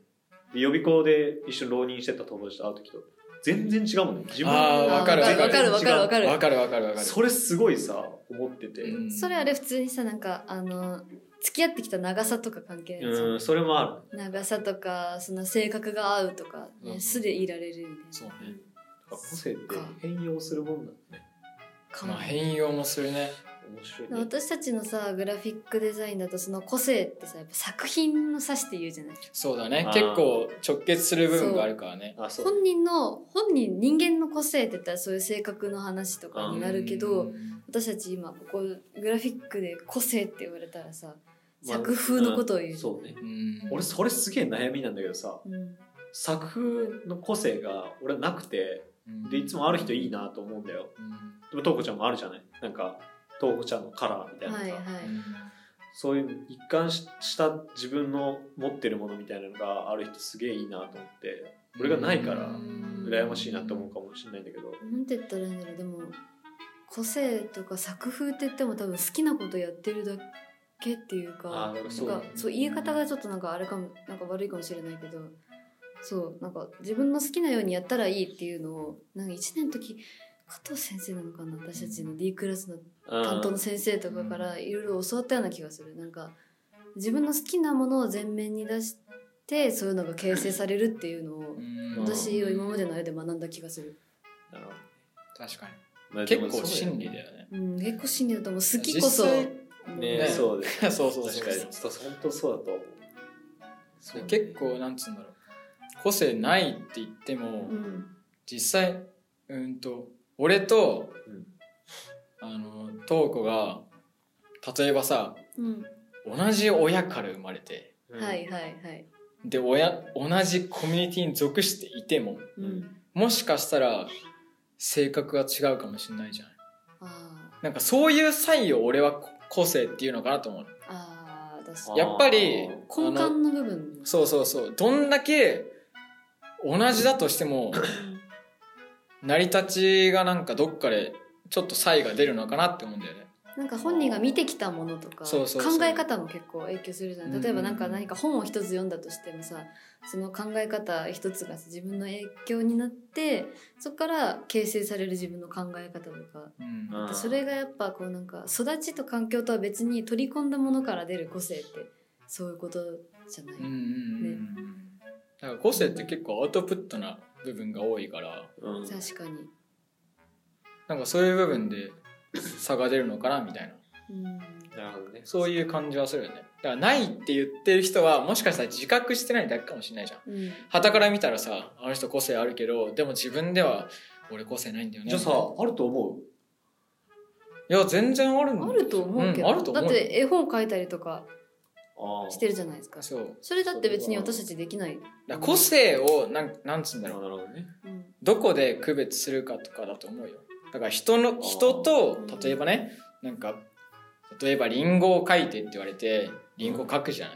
A: で予備校で一緒に浪人してた友達と会う時と全然違うもんね自分
B: あー
A: の
B: わかるわかる
A: 全然違う
C: わかるわかる
B: わかるわかるわかる
A: それすごいさ思ってて
B: うん
C: それあれ普通にさなんかあの付き合ってきた長さとか関係ないじゃん
A: うんそれもあ
C: 長さとかその性格が合うとか、
B: うんう
C: ね
B: ん
C: 素でいられるみた
B: そ
C: いう
A: る、
B: ね
A: 個性って変容するもんなんだね
C: なか
B: まあ変容もするね
A: 面白いね
C: 私たちのさグラフィックデザインだとその個性ってさやっぱ作品の指して言うじゃない
B: そうだね
A: あー
B: 結構直結する部分があるからね
A: あそう
C: 本人の本人人間の個性って言ったらそういう性格の話とかになるけ
B: う
C: ど
B: ん
C: 私たち今ここグラフィックで個性って言われたらさ
A: まあ
C: 作風のことを言う、
A: んそうね
B: うん
A: 俺それすげえ悩みなんだけどさ
C: うん
A: 作風の個性が俺はなくてでいつもある人いいなと思うんだよ
B: うん
A: でもトーコちゃんもあるじゃないなんかトーコちゃんのカラーみたいな
C: は
A: さ、
C: いはい、
A: そういう一貫しした自分の持ってるものみたいなのがある人すげえいいなと思って俺がないから
B: うん
A: 羨ましいなって思うかもしれないんだけど
C: なんて言ったらいいんだろうでも個性とか作風って言っても多分好きなことやってるだけっていう
A: あ
C: か
A: ー
C: そ
A: そうう
C: かそう言い方がちょっとなんかあれかもなんか悪いかもしれないけどそうなんか自分の好きなようにやったらいいっていうのをなんか1年の時加藤先生なのかな私たちの D クラスの担当の先生とかからいろいろ教わったような気がするなんか自分の好きなものを前面に出してそういうのが形成されるっていうのを
B: うん
C: 私は今までの絵で学んだ気がする、
A: なるほ
B: 確か
A: どね
B: に
A: で
B: 結
A: も
B: 構
A: そうだよ
B: 心
A: ね
B: 理だよね
C: うん、結構心理だと思う好きこそ、
B: 実際
A: ね
B: ね
A: そうです
B: そうそうそう
A: 確かにそう本当そうだと思うそうね
B: 結構なんつうんだろう個性ないって言っても、
C: うん
B: 実際うんと俺と、
A: うん
B: あの瞳子が例えばさ
C: うん、
B: 同じ親から生まれて
A: うん
C: はいはいはい、
B: で親同じコミュニティに属していても
C: うん、
B: もしかしたら性格が違うかもしれないじゃん
C: あー
B: なんかそういう差異を俺はこ個性っていうのかなと思う
C: あー確か
A: あ
C: に
A: ー
B: やっぱり
C: 根幹
B: あの
C: の部分
B: そうそうそうどんだけ同じだとしても成り立ちがなんかどっかでちょっと差異が出るのかなって思うんだよね
C: なんか本人が見てきたものとか
B: そうそうそう
C: 考え方も結構影響するじゃ
B: うんうんん
C: 例えばなんか何か本を一つ読んだとしてもさその考え方一つが自分の影響になってそこから形成される自分の考え方とか
B: うん
A: うん
C: それがやっぱこうなんか育ちと環境とは別に取り込んだものから出る個性ってそういうことじゃない、
B: うんうんうんうんだから個性って結構アウトプットな部分が多いから
A: うん
C: 確かに、
B: なんかそういう部分で差が出るのかなみたいな
C: うん、
A: なるほどね
B: そういう感じはするよねだからないって言ってる人はもしかしたら自覚してないだけかもしれないじゃん
C: うん、
B: 傍から見たらさあの人個性あるけどでも自分では俺個性ないんだよね
A: じゃあさあると思う
B: いや全然あるんだ
C: あると思うけど,、
B: んあると思
C: だ
B: う
C: って絵本書いたりとか
A: ああ
C: してるじゃないですか
B: そうだか
C: それだって別に私たちできない、
B: ら個性をなんなんつうんだ
A: なる
B: ろ
A: ほ
B: う
A: どなるほどね
C: うん
B: どこで区別するかとかだと思うよだから人の人と例えばねなんか例えばリンゴを描いてって言われてリンゴ描くじゃ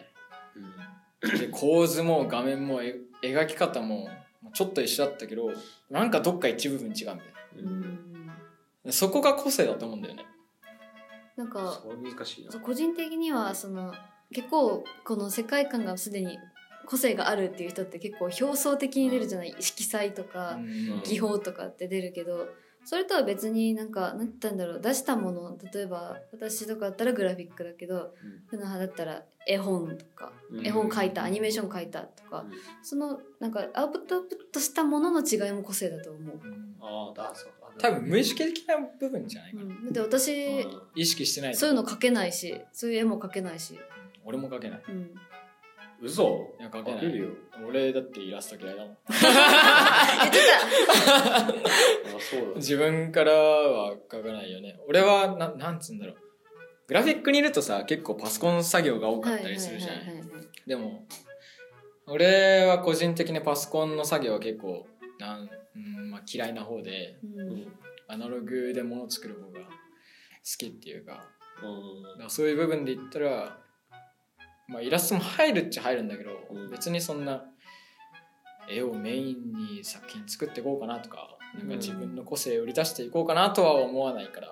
B: ないで構図も画面もえ描き方もちょっと一緒だったけどなんかどっか一部分違うんだよ
A: う
C: うんん
B: でそこが個性だと思うんだよね
C: なんか
A: それ難しいな
C: そう個人的にはその結構この世界観がすでに個性があるっていう人って結構表層的に出るじゃない、色彩とか
A: ん
C: 技法とかって出るけどそれとは別になんか何て言ったんだろう出したもの例えば私とかだったらグラフィックだけど
A: うん
C: ふなはだったら絵本とか
A: うん
C: 絵本描いたアニメーション描いたとか
A: うん
C: そのなんかアウトプットしたものの違いも個性だと思う。
B: うん
A: ああだそうか
B: 多分無意識的な部分じゃないうかな、
C: ん、だって私
A: う
B: 意識してない
C: そういうの描けないしそういう絵も描けないし、
B: 俺も描けない
C: うん、
A: ん嘘
B: いや書けない
A: あるよ
B: 俺だってイラスト嫌いだもん
C: 言ってた
A: あそうだ
B: 自分からは書かないよね俺はななんつうんだろうグラフィックにいるとさ結構パソコン作業が多かったりするじゃない,、
C: はいはいはいはい
B: でも俺は個人的にパソコンの作業は結構なん、うんまあ、嫌いな方で
C: うん
B: アナログで物を作る方が好きっていうかだ
A: うん
B: からそういう部分で言ったら、まあ、イラストも入るっちゃ入るんだけど、
A: うん
B: 別にそんな絵をメインに作品作っていこうかなとかなんか自分の個性を売り出していこうかなとは思わないから、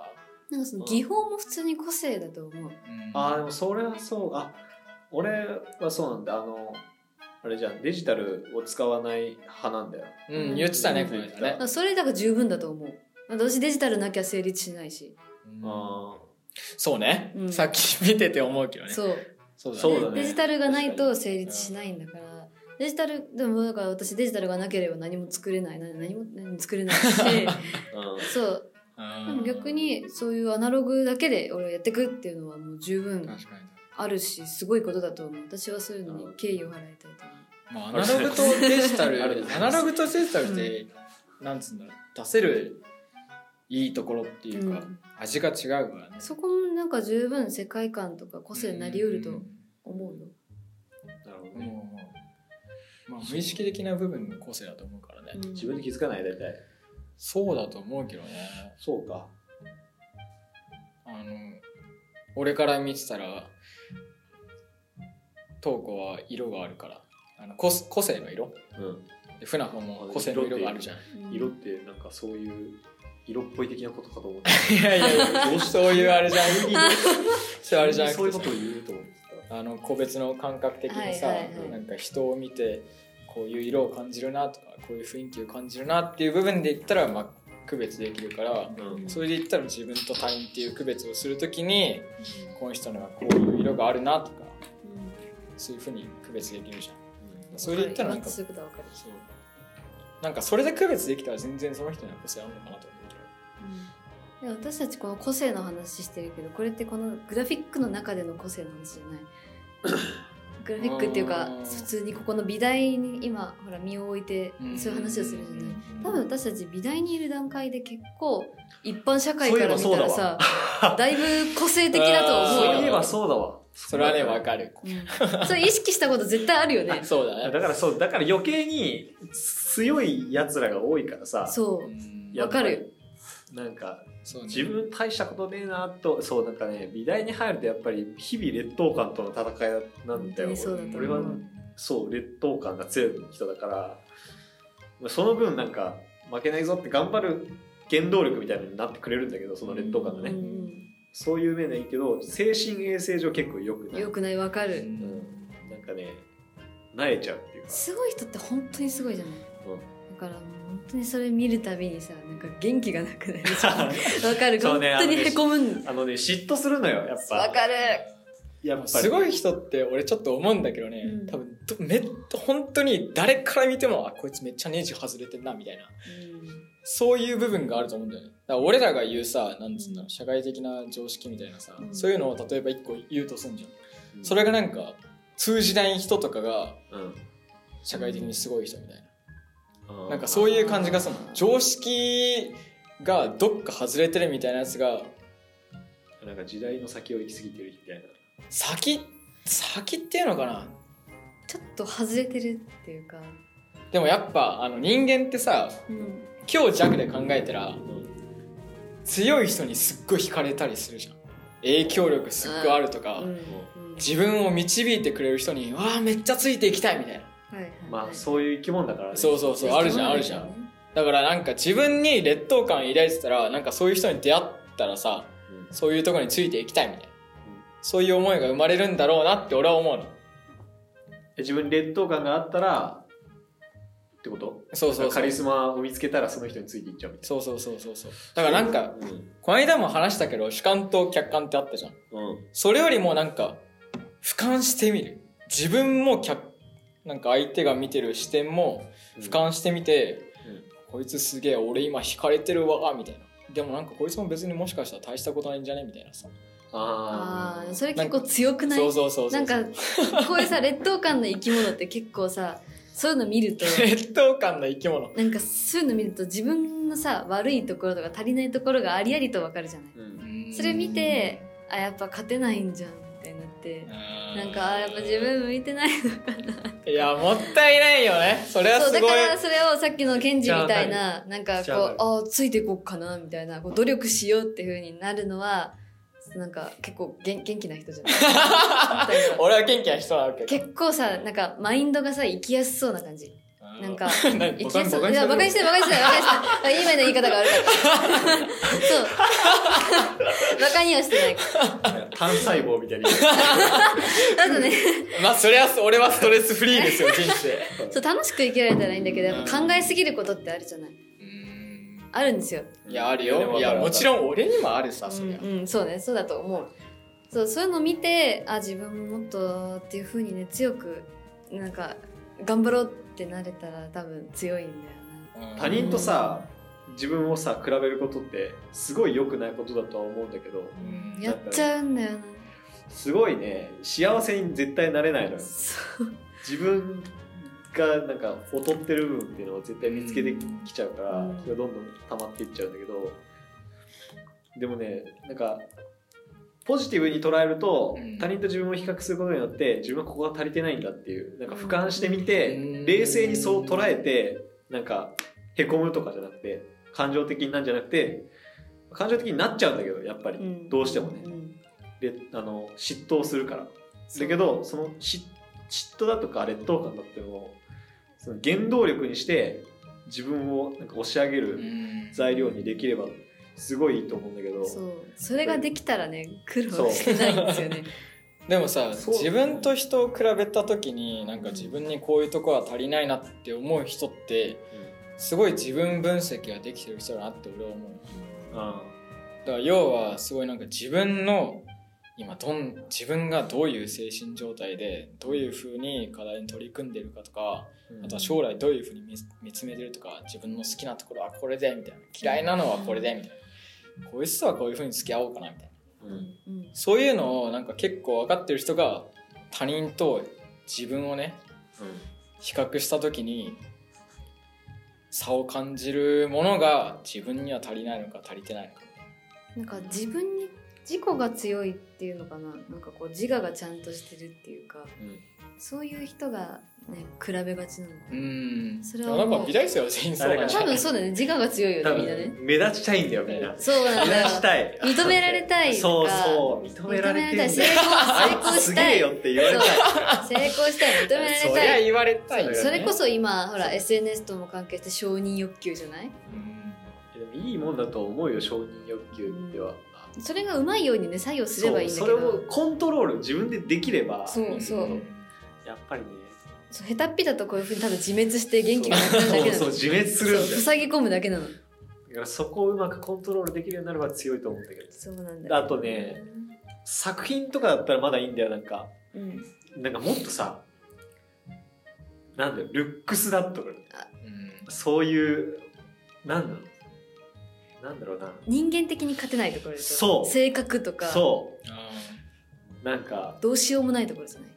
C: なんかその技法も普通に個性だと思う。
B: うん
A: ああでもそれはそうあ俺はそうなんだあのあれじゃんデジタルを使わない派なんだよ
B: うん言ってたね
A: うん
B: この間ね
C: だか、らそれだから十分だと思う。だって私デジタルなきゃ成立しないし。
B: うん
A: あ
B: そうね、
C: うん
B: さっき見てて思うけどね
C: そう。
B: そうだね
A: そうだね
C: デジタルがないと成立しないんだから。デジタルでもだから私デジタルがなければ何も作れないな何も何も作れな いし
A: あ
C: そうで
B: うん
C: も逆にそういうアナログだけで俺はやってくっていうのはもう十分
B: 確かに
C: あるしすごいことだと思う私はそういうのに敬意を払いたいと思う
B: まあ、アナログとデジタル
A: ありがとうござ
B: ア
A: いま
B: ナ
A: す
B: ログとデジタルって、なんつうんだろう出せるいいところっていうか、
C: うん
B: 味が違うからね
C: そこもなんか十分世界観とか個性になりうると思うよ
A: なるほど
B: うん
A: ね
B: まあ、無意識的な部分の個性だと思うからね、
C: うん
A: 自分で気づかない大体
B: そうだと思うけどね
A: そうか
B: あの俺から見てたら瞳子は色があるからあの個個性の色
A: うん
B: で船穂も個性の色があるじゃん
A: 色ってなんかそういう色っぽい的なことかと思って
B: いやいやどうそういうあれ じゃんそういうあれじゃなくてさ
A: そういうことを言うと思って
B: あの個別の感覚的にさ、
C: はいはいはい
B: なんか人を見てこういう色を感じるなとかこういう雰囲気を感じるなっていう部分で言ったら、まあ、区別できるから
A: うん
B: それで言ったら自分と他人っていう区別をするときにこの人のはこういう色があるなとかそういうふうに区別できるじゃんそれで言ったらなんか
C: すぐだわかる。
B: そうなんかそれで区別できたら全然その人の個性あるのかなと思うけど
C: で私たちこの個性の話してるけどこれってこのグラフィックの中での個性の話じゃないグラフィックっていう
B: あ
C: か
B: ー
C: 普通にここの美大に今ほら身を置いて
B: ん
C: そういう話をするじゃない
B: うん
C: 多分私たち美大にいる段階で結構一般社会から見
A: そうい
C: た
A: えば
C: ら
A: そうだ
C: さだいぶ個性的だと
A: そう
C: 思う
A: いえ
C: よ
A: ばそうだわ
B: それはねわ
A: る
B: かる
C: うんそれ意識したこと絶対ある よね
B: そうだね
A: だからそうだから余計に強いやつらが多いからさ
C: そううん
A: やっぱり
C: わかる
A: なんか
B: そうね
A: 自分大したことねえなとそうなんかね美大に入るとやっぱり日々劣等感との戦いなんだよ
C: 本当にそうだと思う
A: 俺はそう劣等感が強い人だからまあその分なんか負けないぞって頑張る原動力みたいなのになってくれるんだけどその劣等感がね、
C: うん
A: そういう面でいいけど精神衛生上結構よく
C: う
A: なんい
C: よくないわか
B: う
C: る
B: ん
A: なんかねなえちゃうっていうか、
C: すごい人って本当にすごいじゃない
A: うん
C: だからもう本当にそれ見るたびにさなんか元気がなくなるじゃ んわかる、
A: そう
C: 本
A: ね
C: 当にへこむん
A: あのね嫉妬するのよやっぱ
C: わかる
A: やっぱり
B: すごい人って俺ちょっと思うんだけどね、
C: うん
B: 多分どめっ本当に誰から見てもあこいつめっちゃネジ外れてんなみたいなそういう部分があると思うんだよねだから俺らが言うさなんつうんだろう社会的な常識みたいなさ、
C: うん
B: そういうのを例えば一個言うとすんじゃん
A: うん
B: それがなんか通じない人とかが
A: うん
B: 社会的にすごい人みたいな、
A: う
B: なんかそういう感じがする
C: あ
B: の
C: ー
B: 常識がどっか外れてるみたいなやつが
A: なんか時代の先を行き過ぎてるみたいな
B: 先先っていうのかな
C: ちょっと外れてるっていうか、
B: でもやっぱあの人間ってさ
C: うん、
B: 今日弱で考えたら強い人にすっごい惹かれたりするじゃん影響力すっごいあるとか、
C: うんうん
B: 自分を導いてくれる人にわあめっちゃついていきたいみたいな
C: はいはい
A: まあそういう生き物だからね
B: そうそうそうあるじゃんあるじゃんだからなんか自分に劣等感抱いてたらなんかそういう人に出会ったらさ
A: うん
B: そういうとこについていきたいみたい
A: う
B: な、
A: ん
B: そういう思いが生まれるんだろうなって俺は思うの
A: え自分に劣等感があったらってこと
B: そうそうそ
A: カ
B: う
A: リスマを見つけたらその人についていっちゃうみたい
B: そうそうそうそうそうだからなんか
A: な
B: この間も話したけど主観と客観ってあったじゃん
A: うんうん
B: それよりもなんか俯瞰してみる自分も客なんか相手が見てる視点も俯瞰してみて、こいつすげえ俺今惹かれてるわみたいなでもなんかこいつも別にもしかしたら大したことないんじゃねみたいなさ
A: あー
C: あーそれ結構強くない
B: そうそうそうそ
C: な
B: うん
C: かこういうさ劣等感の生き物って結構さそういうの 見ると
B: 劣等感の生き物
C: なんかそういうの見ると自分のさ悪いところとか足りないところがありありとわかるじゃない
A: うん
C: それ見てあやっぱ勝てないんじゃんってなって
B: な
C: なんかあやっぱ自分向いてないのかない
B: やもったいないよねそれは
C: そう
B: す
C: だ
B: ごい
C: からそれをさっきのケンジみたい
A: じ
C: ななんか
A: じ
C: こ
A: ゃあ
C: うあーついていこうかなみたいなこう努力しようっていう風になるのはなんか結構元元気な人じゃないなんか
B: 俺は元気な人なわけ
C: 結構さなんかマインドがさ生きやすそうな感じな んか
B: うん何
C: 生
B: ボ
C: き
B: カ
C: や
B: ン
C: すそ
B: ボカ
C: う
B: ン
C: いやバカにしてないバカにしてないバカにしてない今の言い方が悪かったそうバカにはしてない
A: 単細胞みたいに
C: あとね
B: まあそれは俺はストレスフリーですよ人生
C: そう楽しく生きられたらいいんだけどやっぱ考えすぎることってあるじゃないあるんですよ、
B: いやあるよいやもちろん俺にもあるさ
C: う
B: そ
C: ん
B: りゃ
C: うん、そうねそうだと思うそうそういうのを見てあ自分ももっとっていうふうにね強くなんか頑張ろうってなれたら多分強いんだよ
A: 他人とさ自分をさ比べることってすごい良くないことだとは思うんだけど
B: うん
C: なやっちゃうんだよ
A: すごいね幸せに絶対なれないの
C: な
A: よ
C: そう
A: 自分がなんか劣ってる部分っていうのを絶対見つけてきちゃうから、
C: うん
A: それがどんどん溜まっていっちゃうんだけどでもねなんかポジティブに捉えると、
B: うん
A: 他人と自分を比較することによって自分はここが足りてないんだっていうなんか俯瞰してみて、
B: うん
A: 冷静にそう捉えてなんかへこむとかじゃなくて感情的になんじゃなくて感情的になっちゃうんだけどやっぱり、
C: うん
A: どうしてもね、
C: うん
A: であの嫉妬をするから。
C: そう
A: だけどその嫉嫉妬だとか劣等感だっていうのをその原動力にして自分をなんか押し上げる材料にできればすごいいいと思うんだけど
C: そうそれができたらね苦労してないんですよね
B: でもさ
A: そう
B: 自分と人を比べた時になんか自分にこういうとこは足りないなって思う人って
A: う
B: すごい自分分析ができてる人だなって俺は思う
A: あ
B: だから要はすごいなんか自分の今どん自分がどういう精神状態でどういうふうに課題に取り組んでるかとかあとは将来どういうふうに見見つめてるとか自分の好きなところはこれでみたいな嫌いなのはこれでみたいなこいつとはこういうふうに付き合おうかなみたいな
A: うん
C: うん
B: そういうのをなんか結構分かってる人が他人と自分をね比較した時に差を感じるものが自分には足りないのか足りてないのか
C: なんか自分に自己が強いっていうのかななんかこう自我がちゃんとしてるっていうか
A: うん
C: そういう人がね比べがちなのかな
B: うん
C: それ
B: で
C: は
B: も
C: も
B: な
C: うん
B: か美大生は全員そうなんじゃ
C: 多
B: ない
C: 分そうだね自我が強い
A: 多
C: よねみんなね
A: 分目立ちたいんだよみんな
C: そうなん
A: 目
C: だよ
A: 立ちたい
C: 認められたいとか
A: そうそう認められてんだよ
C: 認められたい成功成功
A: あいつすげ
C: した
A: え
C: い
A: よって言われたい
C: そう成功したい認められ
B: そり
C: た
B: ゃ
C: い
B: 言われたいよね
C: それこそ今ほら SNS とも関係して承認欲求じゃない
B: うん
A: でもいいもんだと思うよ承認欲求っては、
C: それがうまいようにね作用すればいいんだ
A: そ
C: け
A: うそれ
C: ど
A: をコントロール自分でできれば
C: そうそう
A: やっぱりね
C: そう下手っぴだとこういうふうにただ自滅して元気がなくなるだ
A: そ
C: け
A: う
C: な
A: そう
C: の
A: 自滅するんだよ
C: 塞ぎ込むだけなの
A: だからそこをうまくコントロールできるようになれば強いと思うんだけど
C: そうなんだよ
A: あとね作品とかだったらまだいいんだよなんか
C: うん
A: なんかもっとさなんだよルックスだとか
B: うん
A: そういうなんだろうなんだろうな
C: 人間的に勝てないところでしょ
A: そう
C: 性格とか
A: そ
B: あ
A: うなんか
C: どうしようもないところじゃない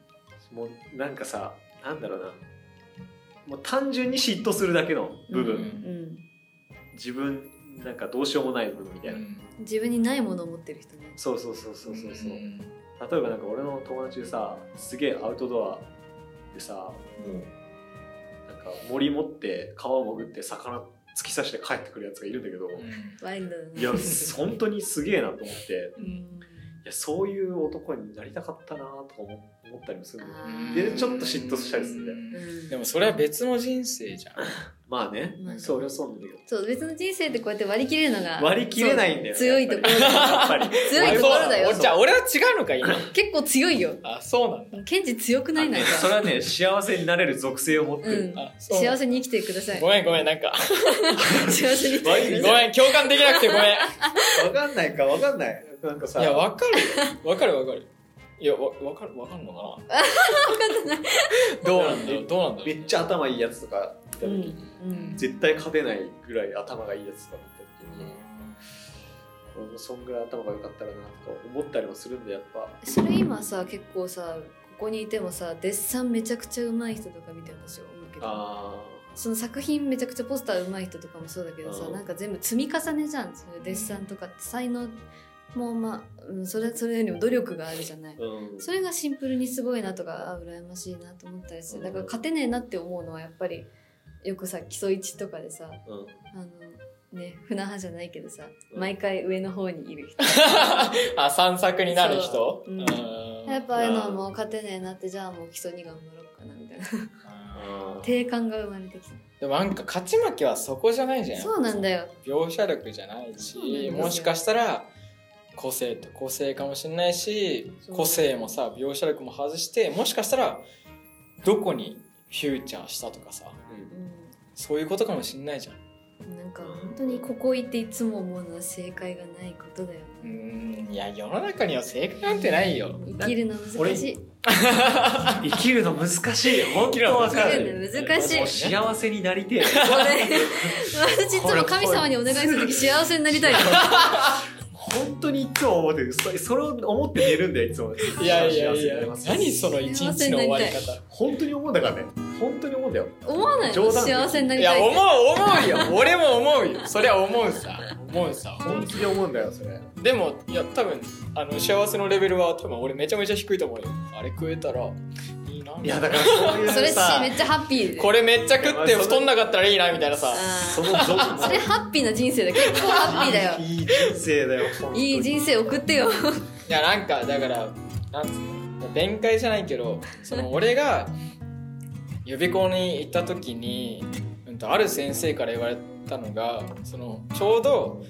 A: もうなんかさなんだろうなもう単純に嫉妬するだけの部分、
B: うん
C: うん
A: 自分なんかどうしようもない部分みた
B: ー
A: いな、
B: うん
C: 自分にないものを持ってる人ね
A: そうそうそうそうそうそう、
B: ん
A: 例えばなんか俺の友達でさすげえアウトドアでさもうなんか森持って川潜って魚突き刺して帰ってくるやつがいるんだけど、
B: うん
C: ワイルドだね
A: いや本当にすげえなと思って
C: うん
A: いやそういう男になりたかったなとか思思ったりもするんだよ
C: あ
A: でちょっと嫉妬したりするん
C: うん
B: でもそれは別の人生じゃん。
A: まあね、
C: まあね
A: それはそうなんだけど
C: そう別の人生でこうやって割り切れるのが
A: 割り切れないんだよ、ね、
C: そう強いところ
A: やっぱり
C: 強いところだよ
B: あそうなのじゃあ俺は違うのか今。
C: 結構強いよ
B: あそうなんだ。
C: ケンジ強くないなんか
A: それはね幸せになれる属性を持って
C: う
A: る、
C: ん
B: あそうな
C: 幸
B: んだ
C: せに生きてください
B: ごめんごめんなんか
C: 幸せに生きてくだ
A: ワイル
C: さ
A: ド
C: い
B: ごめん共感できなくてご めん。
A: わかんないかわかんない。なんかさ、
B: いやわかるよわかるわかる。いやわわかるわかんのかな。わかんない。どうなんだろうどうなんだろう。
A: めっちゃ頭いいやつとか見た
C: う
A: 時
C: ん
A: に、
C: うん
A: 絶対勝てないぐらい頭がいいやつとか見た時に、俺もそんぐらい頭が良かったらなとか思ったりもするんでやっぱ。
C: それ今さ結構さここにいてもさデッサンめちゃくちゃ上手い人とか見て私は思うけど
A: あ
C: その作品めちゃくちゃポスター上手い人とかもそうだけどさ
A: うん
C: なんか全部積み重ねじゃんそういうデッサンとかって才能もまあ、うん、それそれよりも努力があるじゃない
A: あ、うん。
C: それがシンプルにすごいなとかあ羨ましいなと思ったりするだから勝てねえなって思うのはやっぱりよくさ基礎1とかでさ
A: うん
C: あのね船派じゃないけどさ
A: うん
C: 毎回上の方にいる人
B: あ散策になる人
C: そ。ううん
B: ーん
C: やっぱああいうのも勝てねえなってじゃあもう基礎2頑張ろうかなみたいな
A: あー
C: 定感が生まれてき
B: でもなんか勝ち負けはそこじゃないじゃ
C: た
B: ん。
C: そうなんだよ
B: 描写力じゃない
C: そうなんです
B: し
C: よ
B: もしかしたら個性と個性かもしれないし
C: そう
B: 個性もさ描写力も外してもしかしたらどこにフューチャーしたとかさ
C: う
B: そういうことかもしれないじゃん。
C: んなんか本当にここ行っていつも思うのは正解がないことだよ
B: うーんいや世の中には正解なんてないよ。
C: 生きるの難しい
A: 生きるの難 しい。本当わか
C: 生き
A: る。
C: るの難しい
A: もう幸せになりてえ。
C: 俺私いつも神様にお願いする時幸せになりたいの
A: 本当にいつも思ってる。それそれを思って寝るんだよいつも。
B: いやいや
A: 幸
B: い
A: せにな
B: や
A: ります
B: 何その一日の終わり方。
A: 本当に思うんだからね。本当に思うんだよ。
C: 思わない
A: 冗
C: の
A: 談で
C: 幸せにないり
B: や
C: たい
B: 思
C: って
B: う思うよ 俺も思うよそりゃ思うさ思うさ
A: 本気で思うんだよそれ。
B: でもいや多分あの幸せのレベルは多分俺めちゃめちゃ低いと思うよあれ食えたらいいない
A: いやだからそういう
C: それし
A: さ
C: めっちゃハッピーで
B: これめっちゃ食って太んなかったらいいなみたいなさ
C: あ
A: そ
C: ー
A: のど
C: それハッピーな人生だ結構ハッピーだ よ
A: いい人生だよ。本当に
C: いい人生送ってよ
B: いやなんかだからなんつうの弁解じゃないけどその俺が予備校に行った時に、うん、とある先生から言われたのがそのちょうど、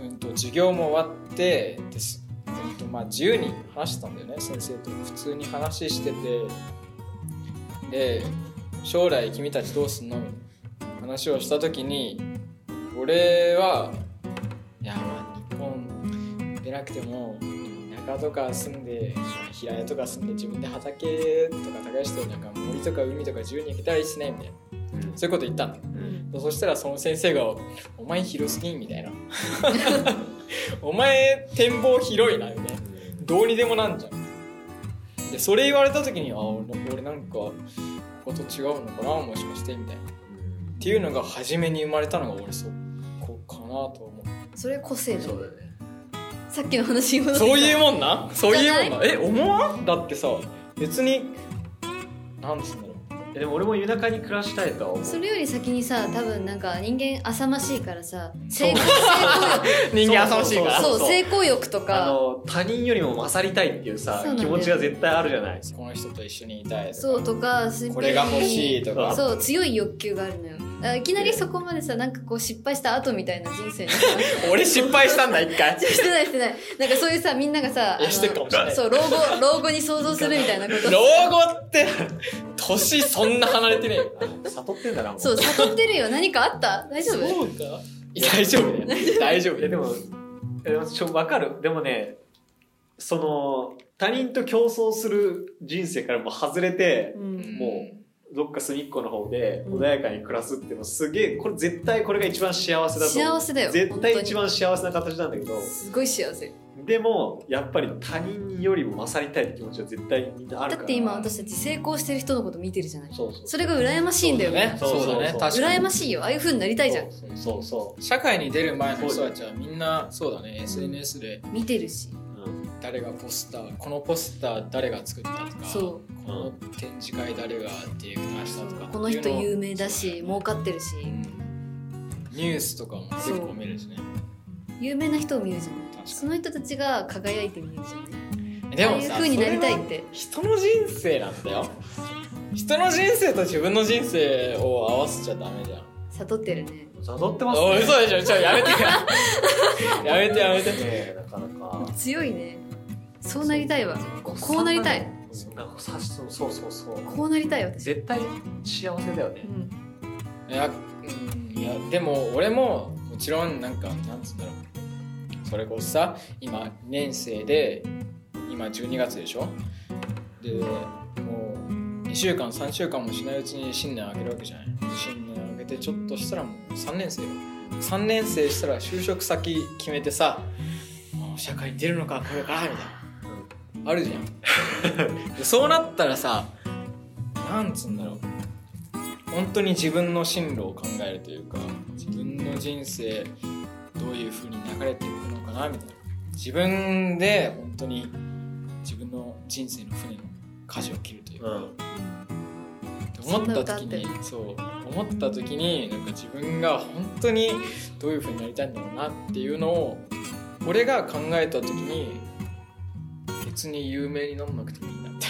B: うん、と授業も終わってです、うんとまあ、自由に話してたんだよね先生と普通に話しててで「将来君たちどうすんの?」みたいな話をした時に俺はいやまあ日本出なくても田舎とか住んで平屋とか住んで自分で畑とか耕してなんか森とか海とか自由に行けたりしないみたいなそういうこと言ったんだよ
A: うん
B: そしたらその先生が「お前広すぎん」みたいな 「お前展望広いな」みたいなどうにでもなんじゃんでそれ言われた時にあ俺俺なんかこと違うのかなもしかしてみたいなっていうのが初めに生まれたのが俺そこかなと思う
C: それ個性だ
A: そうだよね
C: さっきの話に戻って
B: そういううもんなそういうもんなえ思わんだってさ別になんつうんだろ
A: えでも俺も田舎に暮らしたいとは思う
C: それより先にさ多分なんか人間浅ましいからさ
B: そう
C: 性功性功
B: う人間浅ましいから
A: あ
C: そ う
A: そう
C: 性行欲と
A: あ
C: か
A: の他人よりも勝りたいっていうさ
C: そうなんだ
A: 気
C: よ
A: 持ちが絶対あるじゃない
B: この人と一緒にいたい
C: そうとかす
B: これが欲しいとか
C: そう強い欲求があるのよだからいきなりそこまでさなんかこう失敗した後みたいな人 生にさ
B: 俺失敗したんだ一回
C: してないしてないなんかそういうさみんながさあ
B: い
C: の
B: やしてるかもしれない
C: そう老後老後に想像するみたいなこと
B: 老後って年そんな離れてねえよ
A: 悟ってんだなもう
C: そう悟ってるよ何かあった大丈夫
B: そうかいや大丈夫だよ大丈夫
A: いやでもえでもちょ分かるでもねその他人と競争する人生からも外れて
C: うん
A: もどっか隅っこの方で
C: うん
A: 穏やかに暮らすっていうのすげえこれ絶対これが一番幸せだと思う
C: 幸せだよ
A: 絶
C: 本当
A: 対
C: に
A: 一番幸せな形なんだけど
C: すごい幸せ
A: でもやっぱり他人よりも勝りたいって気持ちは絶対みんなある
C: だ
A: から
C: って今私たち成功してる人のこと見てるじゃない
A: そうそう
C: それが羨ましいんだよね
B: そうだね
A: そうそうそう
B: 確か
C: 羨
B: に
C: ましいよああいう風になりたいじゃん
A: そうそうそ
B: 社会に出る前の人たちはみんなそうだね SNS で
C: 見てるし
A: う、うん
B: 誰がポスターこのポスター誰が作ったとか
C: そ
B: この展示会誰がディレクターしたとか
C: この人
B: っていう
C: 有
B: を
C: 名だし儲かってるし
B: うんニュースとかも結構見るしね
C: 有名な人を見るじゃ
B: 確か
C: ない
B: に
C: その人たちが輝いて見えるじゃない
B: で
C: ああ
B: も
C: いう
B: さ
C: 風になりたいって
B: 人の人生なんだよ人の人生と自分の人生を合わせちゃダメじゃん
C: 悟ってるね
A: 誘ってます
B: おい
A: ね
B: 嘘でしょちょや めてやめてやめて
A: ねなかなか
C: 強いねそうなりたいわこうなりたい
A: なんかさそうそうそうそう
C: こうなりたい私、
A: 絶対幸せだよね
C: うん、
B: いや,、うん、いやでも俺ももちろんなんかなんつうんだろうそれこそさ今2年生で今12月でしょでもう2週間3週間もしないうちに新年あげるわけじゃない新年あげてちょっとしたらもう3年生よ3年生したら就職先決めてさもう社会に出るのかこれからみたいなあるじ ゃんでそうなったらさなんつうんだろう本当に自分の進路を考えるというか自分の人生どういうふうに流れていくのかなみたいな自分で本当に自分の人生の船の舵を切るという
A: う
B: か、
A: ん
B: って思った時に
C: そ
B: そう思った時になんか自分が本当にどういうふうになりたいんだろうなっていうのを俺が考えた時に別に有名になんなくてもいいなみたい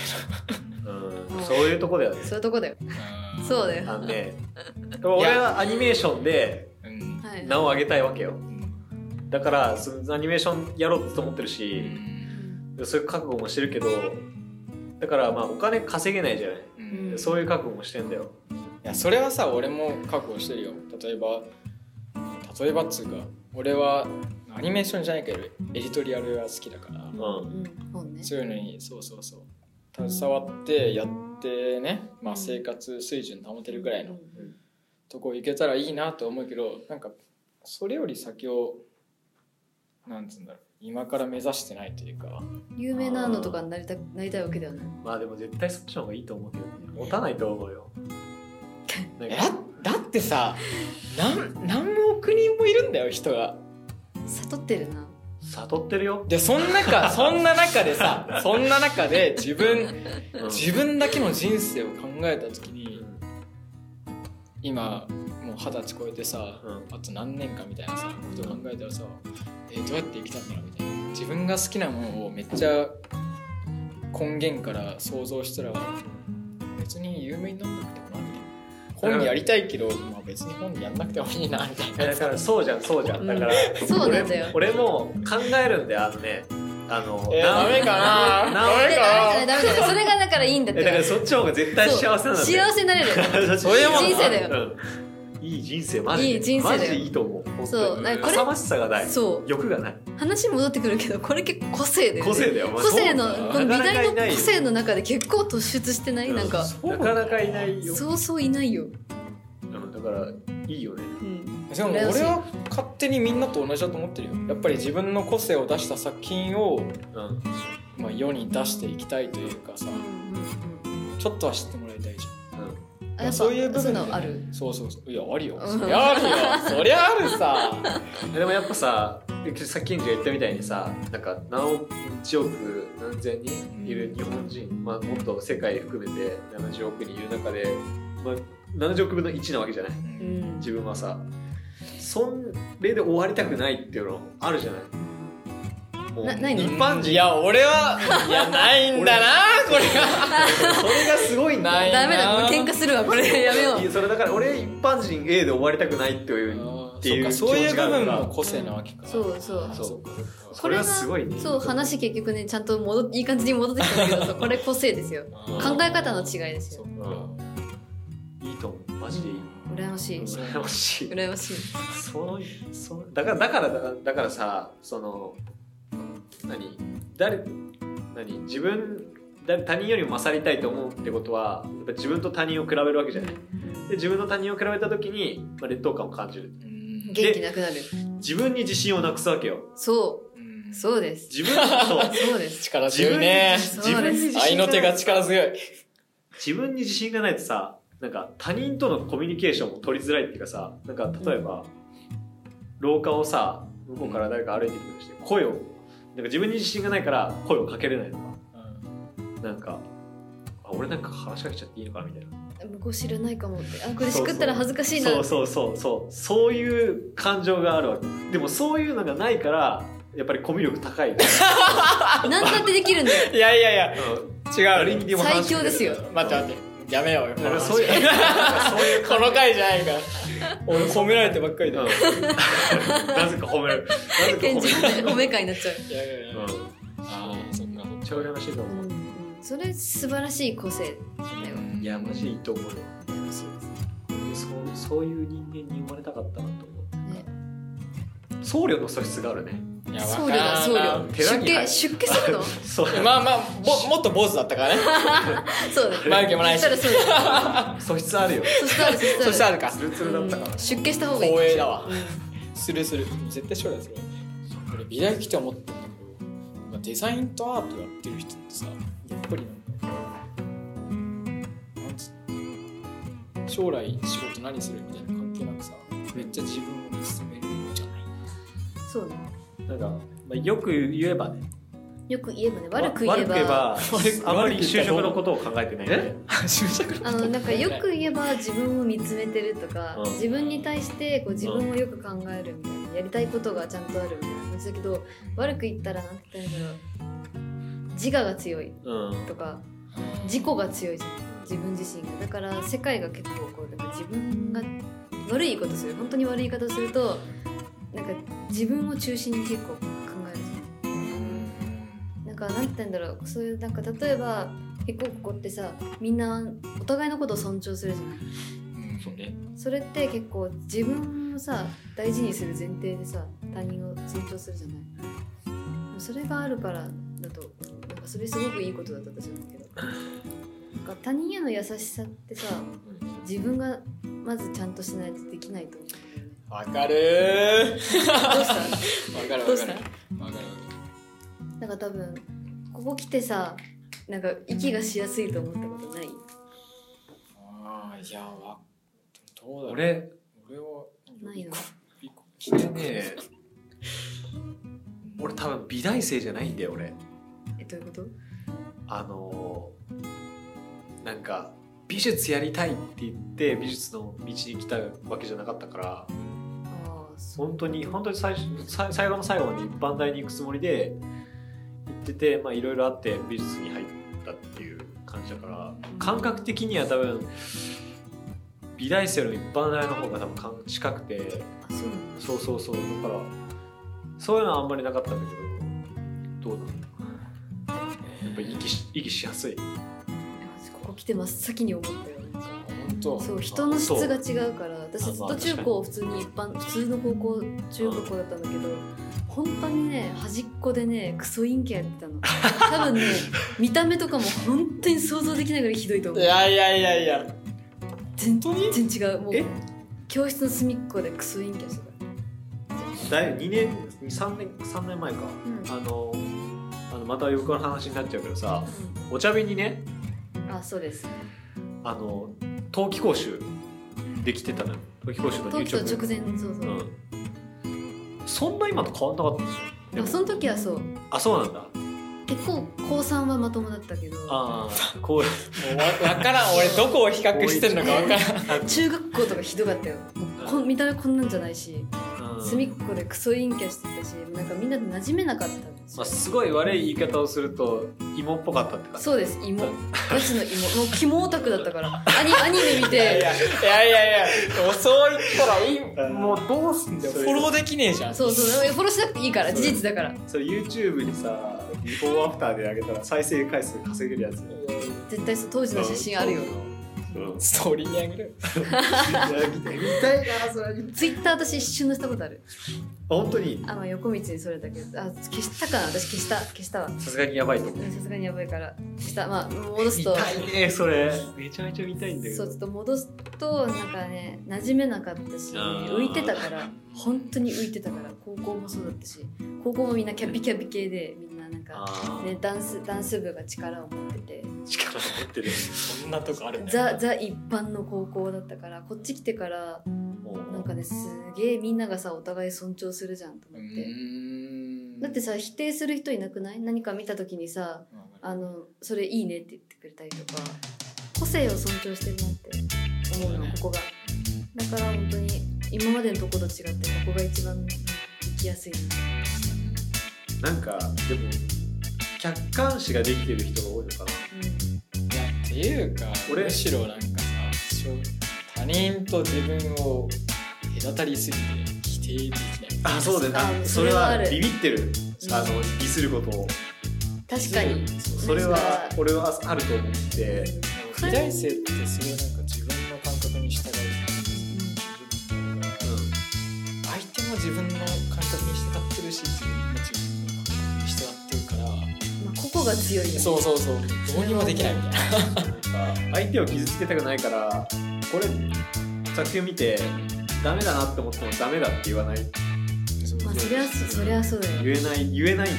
A: うんそういうとこだよね
C: そういうとこだよ
B: な
C: そう
B: だ
C: だよ
A: あの ねでも俺はアニメーションで
B: うん
C: はい
A: 名を上げたいわけよ
B: うん
A: だからそのアニメーションやろうと思ってる
B: う
A: し
B: ん
A: そういう覚悟もしてるけどだからまあお金稼げないじゃない
B: うん
C: ん
A: そういう覚悟もしてんだよ
B: いやそれはさ俺も覚悟してるよ例えば例えばっつうか俺はアニメーションじゃないけどエディトリアルが好きだから、
A: ん
C: うん本ね
B: そういうのにそうそうそう携わってやってね、まあ、生活水準保てるぐらいのとこ行けたらいいなと思うけどなんかそれより先をなんつうんだろう今から目指してないというか
C: 有名なのとかになりたなりたいわけではない
A: まあでも絶対そっちの方がいいと思うけどね持たないと思う よなん
B: え
A: か
B: だだってさ何何億人もいるんだよ人が
C: 悟ってるな
A: 悟ってるよ、
B: でそん 中そんな中でさそんな中で自分
A: うん
B: 自分だけの人生を考えた時
A: う
B: に
A: ん
B: 今もう二十歳超えてさ、
A: うん
B: あと何年かみたいなさことを考えたらさ、えーどうやって生きたんだろうみたいな自分が好きなものをめっちゃ根源から想像したら別に有名にならなくてもなみたいな本やりたいけど、まあ、別に本やんなくてもいいなみたい
A: いや
B: な
A: だからそうじゃんそうじゃんだから、
C: そうなんだよ
A: 俺も俺も考えるんだよあのねあの、
B: えー、
A: な
B: ダメかな
A: な
B: ダメ
C: ダメ
B: か
C: だねダメだねそれがだからいいんだっ
A: えだから
C: て
A: そっちの方が絶対幸せなんだ
C: そう幸せになれる
A: せ
B: そういうもん
C: 人生だ
A: よ、うんいい人生マジで
C: いい人生だよ
A: マジでいいと思う本当に
C: そうなんかこれ
A: 浅ましさがない
C: そう
A: 欲がない
C: 話戻ってくるけどこれ結構個性で、ね、
A: 個性だよマ
C: 個
A: ジで
C: 性の
B: そう
C: この美
A: なかなか
C: 大
A: いな
C: の
A: い
C: 個性の中で結構突出してないなんか
A: なかなかいないよ
C: そうそういないよ、
A: うんだからいいよね
C: うん、
B: でも俺は勝手にみんなと同じだと思ってるよやっぱり自分の個性を出した作品を、
A: うん
B: まあ、世に出していきたいというかさちょっとは知ってもらいたいじ
C: あ
B: ゃ
C: や
B: ん
C: っぱ
B: そういう部分で
C: そうい
B: ね
C: うのある
B: そうそうそういやあるよ
C: うん
B: そりゃあ るよそりゃあるさ
A: でもやっぱささっきんが言ったみたいにさなんか何億1億何千人いる日本人、まあ、もっと世界含めて70億人いる中で、まあ、70億分の1なわけじゃない
C: うん
A: 自分はさそれで終わりたくないっていうのあるじゃないもう
C: なないの
A: 一般
B: い
A: 人
B: や俺 はいやないんだなこれは
A: それがすごいな
B: ないな
C: ダメだこれ喧嘩するわこれやめよう
A: それだから俺一般人 A で終わりたくないっていうっていう
B: そっかそういう
A: 気持ちがあ
B: 部
A: る
B: 分
A: から
B: も個性なわけか
C: そうそう
A: そう
B: うかそうか
A: これはすごいね
C: そう話結局ねちゃんと戻っいい感じに戻ってきたんだけどそうこれ個性ですよ
A: うん
C: 考え方の違いですよ
B: そっか
A: いいと思うマジでいい
C: 羨ましい
A: 羨ましい
C: 羨ましい
A: そうそうだからだからだからだからさその何誰何自分誰他人よりも勝りたいと思うってことはやっぱ自分と他人を比べるわけじゃないで自分と他人を比べた時に、まあ、劣等感を感じる
B: うん
C: 元気なくなる
A: 自分に自信をなくすわけよ
C: そううんそうです
A: 自分そう
C: そうです
B: 力
A: 自
B: 強い
A: 分に
B: ね
A: 自分に自
B: 愛
A: 信
B: の手
A: ない
B: が力強い
A: 自分に自信がないとさなんか他人とのコミュニケーションも取りづらいっていうかさなんか例えば、廊下をさ向こうから誰か歩いてくるとして声をなんか自分に自信がないから声をかけれないとかなんかあ俺なんか話しかけちゃっていいのかなみたいな
C: 向こう知らないかもってあこれしくったら恥ずかしいな
A: そうそうそうそうそういう感情があるわけでもそういうのがないからやっぱりコミュ力高 い、
C: 何だってできるんだよ
B: いやいやいや
A: うん
B: 違う
A: 誰にでも話しかけれる
C: 最強ですよ
B: 待って待ってやめよう
A: な
B: よ
A: んか そういうそういう
B: この回じゃないから 俺褒められてばっかりだよ
A: うんなぜか褒めるなぜか
C: ケ
A: 褒
C: ンち
A: め
C: ゃん
A: る
C: 褒め会になっちゃう、
B: いやいやいやあーそっか
A: ちゃ羨ましいと思う。
C: それ素晴らしい個性だよ
A: いや、マジでいいと思うよ。
C: 羨ましいです
A: そうそういう人間に生まれたかったなと思
C: ね
A: う。僧侶の素質があるね。
B: いや
C: 僧
B: わ
C: 侶
B: からんな
C: だ僧侶
A: 寺
C: 出
A: に
C: 家
A: 入
C: 出家するの
A: そう。
B: まあまあぼもっと坊主だったからね
C: そうだ
B: 眉毛もないし
C: そしたらそうだ
A: 素質あるよ。
C: そしたらそしたら
B: そしたらあるか
A: ツルツルだったから。
C: 出家した方がいい
B: 光栄だわするする絶対将来する俺美大来て思ったんだけど、まあ、デザインとアートやってる人ってさやっぱりなんかなんつうの将来仕事何するみたいな関係なくさめっちゃ自分を見つめるじゃない
C: そうね
A: なんか、まあ、よく言えばね。
C: よく言えばね悪く言え
A: 悪
C: ば
A: く言えばあんまり就職のことを考えてないね。
B: 就職
C: あのなんかよく言えば自分を見つめてるとか、
A: うん
C: 自分に対してこう自分をよく考えるみたいな、やりたいことがちゃんとあるみたいな感じだけど悪く言ったらなんて言ったらいいんだろう自我が強い
A: うん。
C: とか自己が強いじゃん自分自身がだから世界が結構こうなんか自分が悪い言い方する本当に悪い言い方するとなんか自分を中心に結構考えるじゃんなんかなんて言うんだろうそういうなんか例えば結構ここってさみんなお互いのことを尊重するじゃない
A: そうね。
C: それって結構自分をさ大事にする前提でさ他人を尊重するじゃないでもそれがあるからだとなんかそれすごくいいことだと私は思うけどなんか他人への優しさってさ自分がまずちゃんとしないとできないと思
B: わかるー
C: うどうし
B: わかるわかる
C: どうした
B: わかるわかる
C: たなんか多分ここ来てさなんか息がしやすいと思ったことない
B: ああいやわどうだろう
A: 俺、
B: 俺は
C: ないの
B: 一個一
A: 俺ね、俺多分美大生じゃないんだよ、俺。
C: えどういうこと
A: あのーなんか美術やりたいって言って美術の道に来たわけじゃなかったから
C: ああそう
A: 本当に本当に最初最最後の最後まで一般大に行くつもりで行っててまあいろいろあって美術に入ったっていう感じだから感覚的には多分美大生より一般大の方が多分感近くて
C: あそうなんだ
A: そうそうそうだからそういうのはあんまりなかったんだけどどうなのやっぱ息し息しやすい。
C: 私ここ来て真っ先に思ったよなんか
B: 個本当当
C: そう人の質が違うから私ずっと中高普通に一般普通の高校中学校だったんだけど本当にね端っこでねクソ陰キャやってたの多 分ね見た目とかも本当に想像できないぐらいひどいと思
B: いうやいやいやいや
C: 全
B: 本当に
C: 全然違うもう
A: え
C: 教室の隅っこでクソ陰キャしてた
A: だい2年3年3年前か、
C: ん
A: あのあのまた横の話になっちゃうけどさお茶瓶にね
C: うんあそうです
A: あの冬季講習できてたのよ冬季講習の
C: 冬季と直前そうそ
A: う
C: う、
A: ん、そんな今と変わんなかったでしょで
C: まあ、
A: も
C: その時はそう
A: あそうなんだ
C: 結構高3はまともだったけど
A: あ あこう
B: もうわ分からん俺どこを比較してんのか分からん
C: 中学校とかひどかったよもうこん見た目こんなんじゃないし
A: うん
C: 隅っこでクソ陰キャしてたしなんかみんなで馴染めなかったんです
A: ま
C: よ
A: あ、すごい悪い言い方をすると芋っぽかったって感じ
C: そうです芋ガチの芋もう肝オタクだったからアニアニメ見
B: いやい
C: て
B: やいやいやいやそう言ったらいいもう
A: どうすん
B: フォローできねえじゃん
C: そうそうでもフォローしなくていいから
A: そう
C: 事実だから
A: それ YouTube にさビフォーアフターであげたら再生回数稼げるやつ
C: 絶対そう当時の写真あるよ
A: うん
B: ストーリーにあげる
A: 見てみたいなそれに
C: ツイッター私一瞬のしたことある
A: 本当に
C: あまあ横道にそれたけどあ消したかな私消した消したわ
A: さすがにやばいと思う
C: うんさすがにやばいから消したまあ 戻すと
A: 痛いねそれめちゃめちゃ見たいんだけ
C: そ
A: ど
C: うちょっと戻すとなんかね馴染めなかったし
A: あー
C: 浮いてたから本当に浮いてたから高校もそうだったし高校もみんなキャピキャピ系でみんななんか、
A: あ
C: ね、ダンスダンス部が力を持ってて
A: ー力持ってる
B: そんなとこあるね
C: ザザ一般の高校だったからこっち来てから
A: も
C: なん
A: う
C: かねすげえみんながさお互い尊重するじゃんと
B: う
C: 思って。
B: ん
C: だってさ否定する人いなくない何か見た時にさあのそれいいねって言ってくれたりとか個性を尊重してるなって思
B: そ
C: うの、
B: うだね
C: ここがだから本当に今までのとこと違ってここが一番行きやすいな
A: なんかでも客観視ができてる人が多いのかな
B: うんいやっていうか
A: 俺
B: むしろなんかさしょ他人と自分を隔たりすぎて否定できない
A: あそうだよ
C: あ
A: ねそ
C: そ
A: れ
C: れはあ
A: は
C: る
A: ビビってるあのディスることを
C: 確かに
B: そう
A: それは
C: なんか
A: 俺はあると思って
B: それ美大生ってそれはなんか自分の感覚に従い相手も自分の感覚に従ってるし自分も自分の感覚に従ってるから
C: まあ、ここが強いよね
B: そうそうそうどうにもできないみたいな
A: なんか相手を傷つけたくないからこれ作品見てダメだなって思ってもダメだって言わない
C: まあそりゃそうそりゃそうだよ
A: 言えない言えないん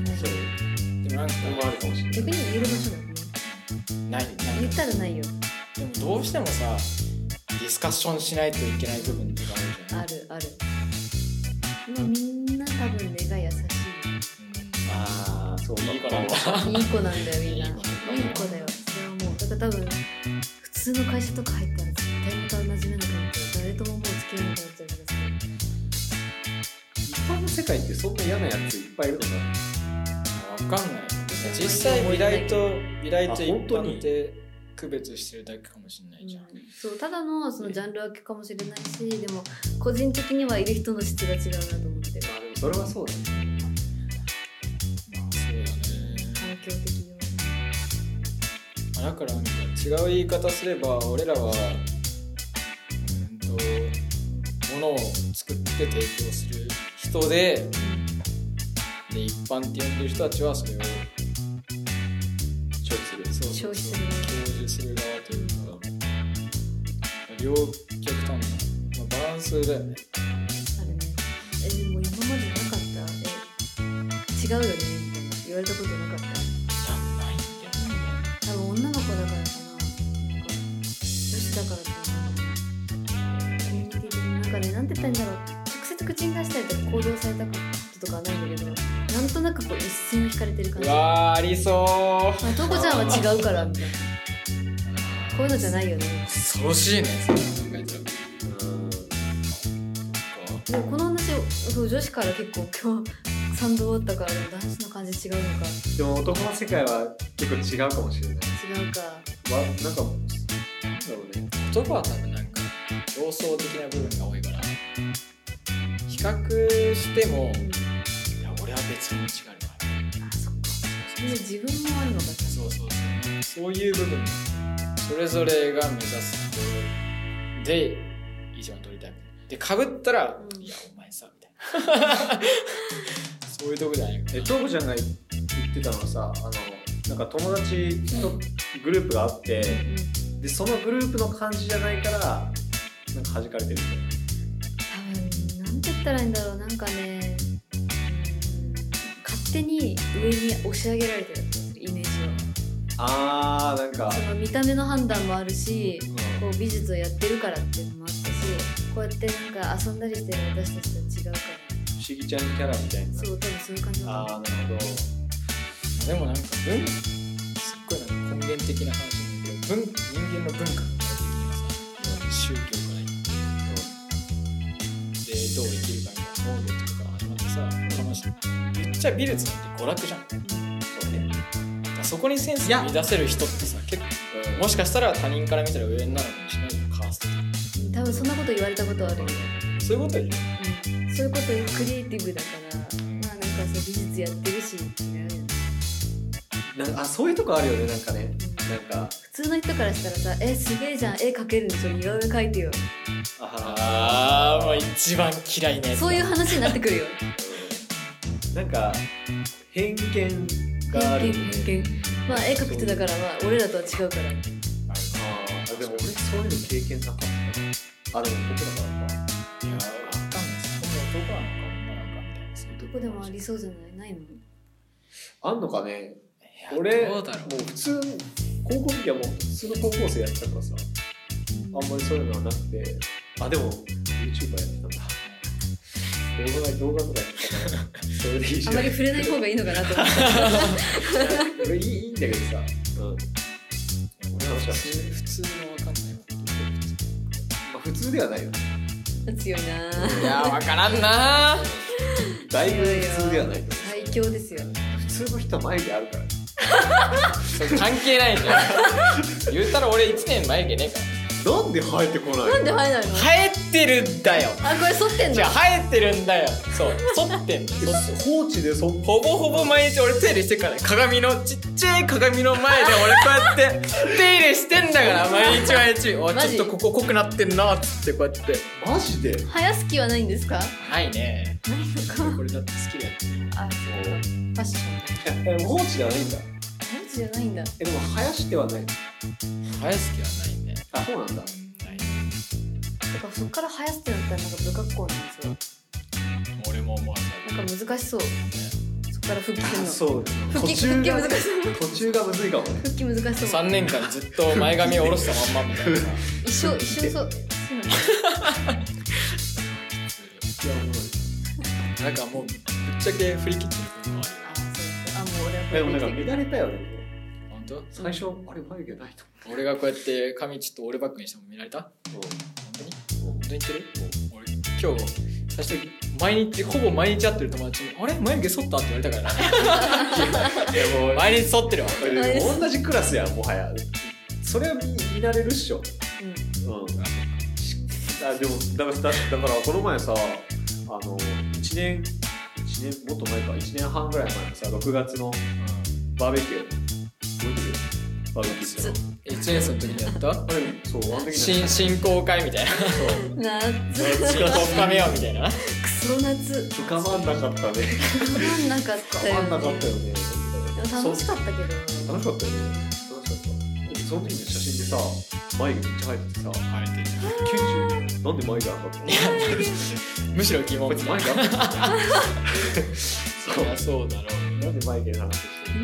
A: だよねそう
B: でもなんか
A: それもあるかもしれない
C: 逆に言える場所だよね
B: ないない
C: 言ったらないよ
B: でもどうしてもさディスカッションしないといけない部分とかあるじゃん
C: あるあるまあみんな多分目が優しい
A: ああそう
B: いいか
A: だ
B: ない
C: い子なんだよみんない
B: い
C: い
B: 子
C: 子だよそれはもうだから多分普通の会社とか入ったら絶対また馴染めなくなって誰とももう付き合えなくなっちゃうか
A: 一般
C: ら
A: の世界ってそんな嫌なやついっぱいいるのか
B: 分かんない実際美大と美大と一
A: あ本当に
B: 般って区別してるだけかもしれないじゃん、
C: そうただのそのジャンル分けかもしれないしでも個人的にはいる人の質が違うなと思ってる
A: なあでもそれはそうだね
B: まあそうだね
C: 環境的には
B: あだからなんか違う言い方すれば俺らはうーんと物を作って提供する人でで一般って呼んでる人たちはそれを
A: 承知する
B: そう
C: 消費する
B: 享受する側というか両極端な、まあ、バランスだよね
C: あるねえでも今までなかったえ違うよねみたいな言われたことなかった
B: いやないんだよね
C: 多分女の子だからかななんか女子だからかなコミュニティ的になんかねなんて言ったらいいんだろう直接口に出したりとか行動されたこととかはないんだけどなんとなくこう一線を引かれてる感
B: う
C: じまあ
B: わーありそう
C: トコちゃんは違うからみたいなこういうのじゃないよね
B: 恐ろしいね
A: うん
C: でもこの話をそう女子から結構今日賛同あったからでも男子の感じ違うのか
A: でも男の世界は結構違うかもしれない
C: 違うか
A: わなんかなんだろうね
B: 男は多分なんか競争的な部分が多いから比較しても
C: うん
B: いや俺は別に違うから
C: あそっかで自分もあるのかちゃんと
B: そうそうそうそういう部分それぞれが目指すで一番取りたいでかぶったら、
C: うん
B: いやお前さみたいな そういうとこじゃない
A: えトーコちゃんが言ってたのはさあのなんか友達のグループがあってでそのグループの感じじゃないからなんか弾かれてるみたいな
C: 多分なんて言ったらいいんだろうなんかね勝手に上に押し上げられてるイメージ
A: あーなんか
C: をその見た目の判断もあるしこう美術をやってるからっていうのもあったしこうやってなんか遊んだりしてる私たちとは違うから
A: 不思議ちゃんキャラみたいな
C: そう多分そういう感じだ
A: あ
C: と
A: ーなるほど
B: でもなんか文すっごいなんか根源的な話なんだけど文人間の文化の的にはさ宗教からいってでどう生きるかみたいな農業とかから始まってさ話言っちゃ美術なんて娯楽じゃんだ
A: そうね
B: からそこにセンスを見出せる人ってさ結構もしかしたら他人から見たら上になるかもしれないよカーストとか
C: 思う多分そんなこと言われたことあるよ
B: そういうことより
C: うんそういうことクリエイティブだからまあなんかそう美術やってるしってなるよね
A: うんなんかあそういうとこあるよねなんかねなんか
C: 普通の人からしたらさ「えすげえじゃん絵描けるんでしょ似顔絵描いてよ
A: あ
B: ああもう一番嫌いな」やつだ
C: そういう話になってくるよ
A: なんか偏見がある
C: 偏
A: よ
C: 見
A: ね
C: 偏見まあ絵描く人だからまあ俺らとは違うから
A: あーでも俺そういうの経験なかったあでも僕らからか
B: いやわかんないそこも男なのか女なのかみたいなそういうと
C: どこでもありそうじゃないないの
A: あんのかね
B: いや
A: 俺
B: ど
A: も
B: うだろう
A: う普通高校の時はもう普通の高校生やってたからさあんまりそういうのはなくてあでも YouTuber やって たんだ動画が動画とかやってたからそれでいいじ
C: あ
A: ゃ
C: ん
A: ん
C: まり触れない方がいいのかなと思って
A: 俺いいいいんだけどさ、うん俺はさ
B: 普通普通のわかんない
A: まあ、普通ではないよ
C: 強いな
B: わいやわからんな
A: だいぶ普通ではないと
C: 最強ですよ
A: 普通の人は眉毛あるから
B: それ関係ないじゃん 言ったら俺1年眉毛ねえか
A: なんで生えてこないの
C: なんで生えないの
B: ら生えてるんだよ
C: あこれ剃ってん
B: じ
C: の
B: ゃあ生えてるんだよそう剃ってんだよ剃ってんの
A: 放置でそん
B: ほぼほぼ毎日俺手入れしてっからね鏡のちっちゃい鏡の前で俺 こうやって手入れしてんだから毎日毎日お
C: マ
B: ち
C: ジ
B: ょっとここ濃くなってんなっつってこうやって
A: マジで
C: 生やす気はないんですか
B: ないね
C: ないのか
B: これだって好きだよ
C: あそうかファッション
A: え放置ではないんだ
C: マジじゃないんだ
A: えでも生やしてはない
B: 生やす気はないね
A: あそうなんだ
B: ない
C: だからそっから生やすってなったらなんか不格好なんですよ
B: 俺も思わない
C: なんか難しそうそっから復帰するの
A: そう
C: 復
A: 途
C: 帰
A: 中
C: 復帰
A: が
C: 難しそう
A: 途中がむずいかもね
C: 復帰難しそう
B: 3年間ずっと前髪を下ろしたまんまみたいなさ
C: 一生一生そうそうなの
A: いやおもろい
B: なんかもうぶっちゃけ振り切ってる分は
C: あそうそうあもう俺は
A: でもなんか
C: これできてる
A: 乱れたよね。
B: ある本当
A: 最初、あれ眉毛ないと
B: 俺がこうやって髪ちょっとオールバックにしても見られた本
A: 思
B: 当に
A: う。
B: 本当に言ってる俺今日最初毎日ほぼ毎日会ってる友達に「あれ眉毛剃った?」って言われたからね
A: いやもう
B: 毎日剃ってるわ
A: これ同じクラスやんもはや。それは見見られるっしょ。うん。あでもだからだだからこの前さあの一年一年もっと前か一年半ぐらい前のさ六月のバーベキュー覚えてる？バーベキューって
B: 1年生の時にやった
A: あれそうあの時
B: 新新公会み たいな
C: うん夏
B: 新公深めようみたいな
C: クソ夏
A: 深まんなかったね。
C: つまんなかった
A: 深
C: よ
A: まんなかったよね。
C: でも楽しかっ
A: 楽しかっ
C: たけど
A: たよね楽しかったその時の写真でさ眉毛めっちゃ生えててさ90なんで眉毛あんかったの
B: むしろ疑問
A: こい
B: み
A: つ
B: たい
A: 眉毛あんかった
B: そりゃそうだろう
A: のなんで眉毛の話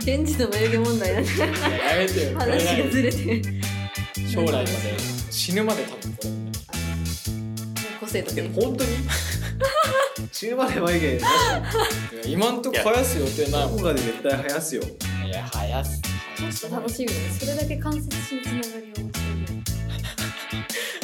A: してる
C: 現地の眉毛問題なんか
B: いややめてよ
C: 話がずれて
B: 将来まで死ぬまで多分これ
C: 個性とか
A: え本当に中まで眉毛なし
B: 今んとこ生やす予定ない
A: ど
B: も
A: こかで絶対生やすよ
B: んいや生やす
C: ちょっと楽しみだねそれだけ間接的なつながりを面白いね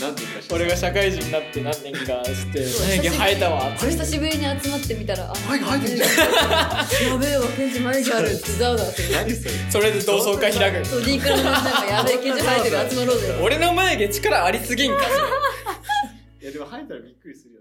A: なんて言うか
B: 俺が社会人になって何年かして
C: そう
B: 眉毛生えたわ
C: これ久しぶりに集まってみたらあ
A: 眉毛生えてんじゃん
C: んやべえわケンジ眉毛あるってざわざ わする
A: 何それ
B: それで同窓会開く
C: そう D クラのなんかやべえケンジ生えてる集まろうぜ
B: 俺の眉毛力ありすぎんか
A: いやでも生えたらびっくりするよ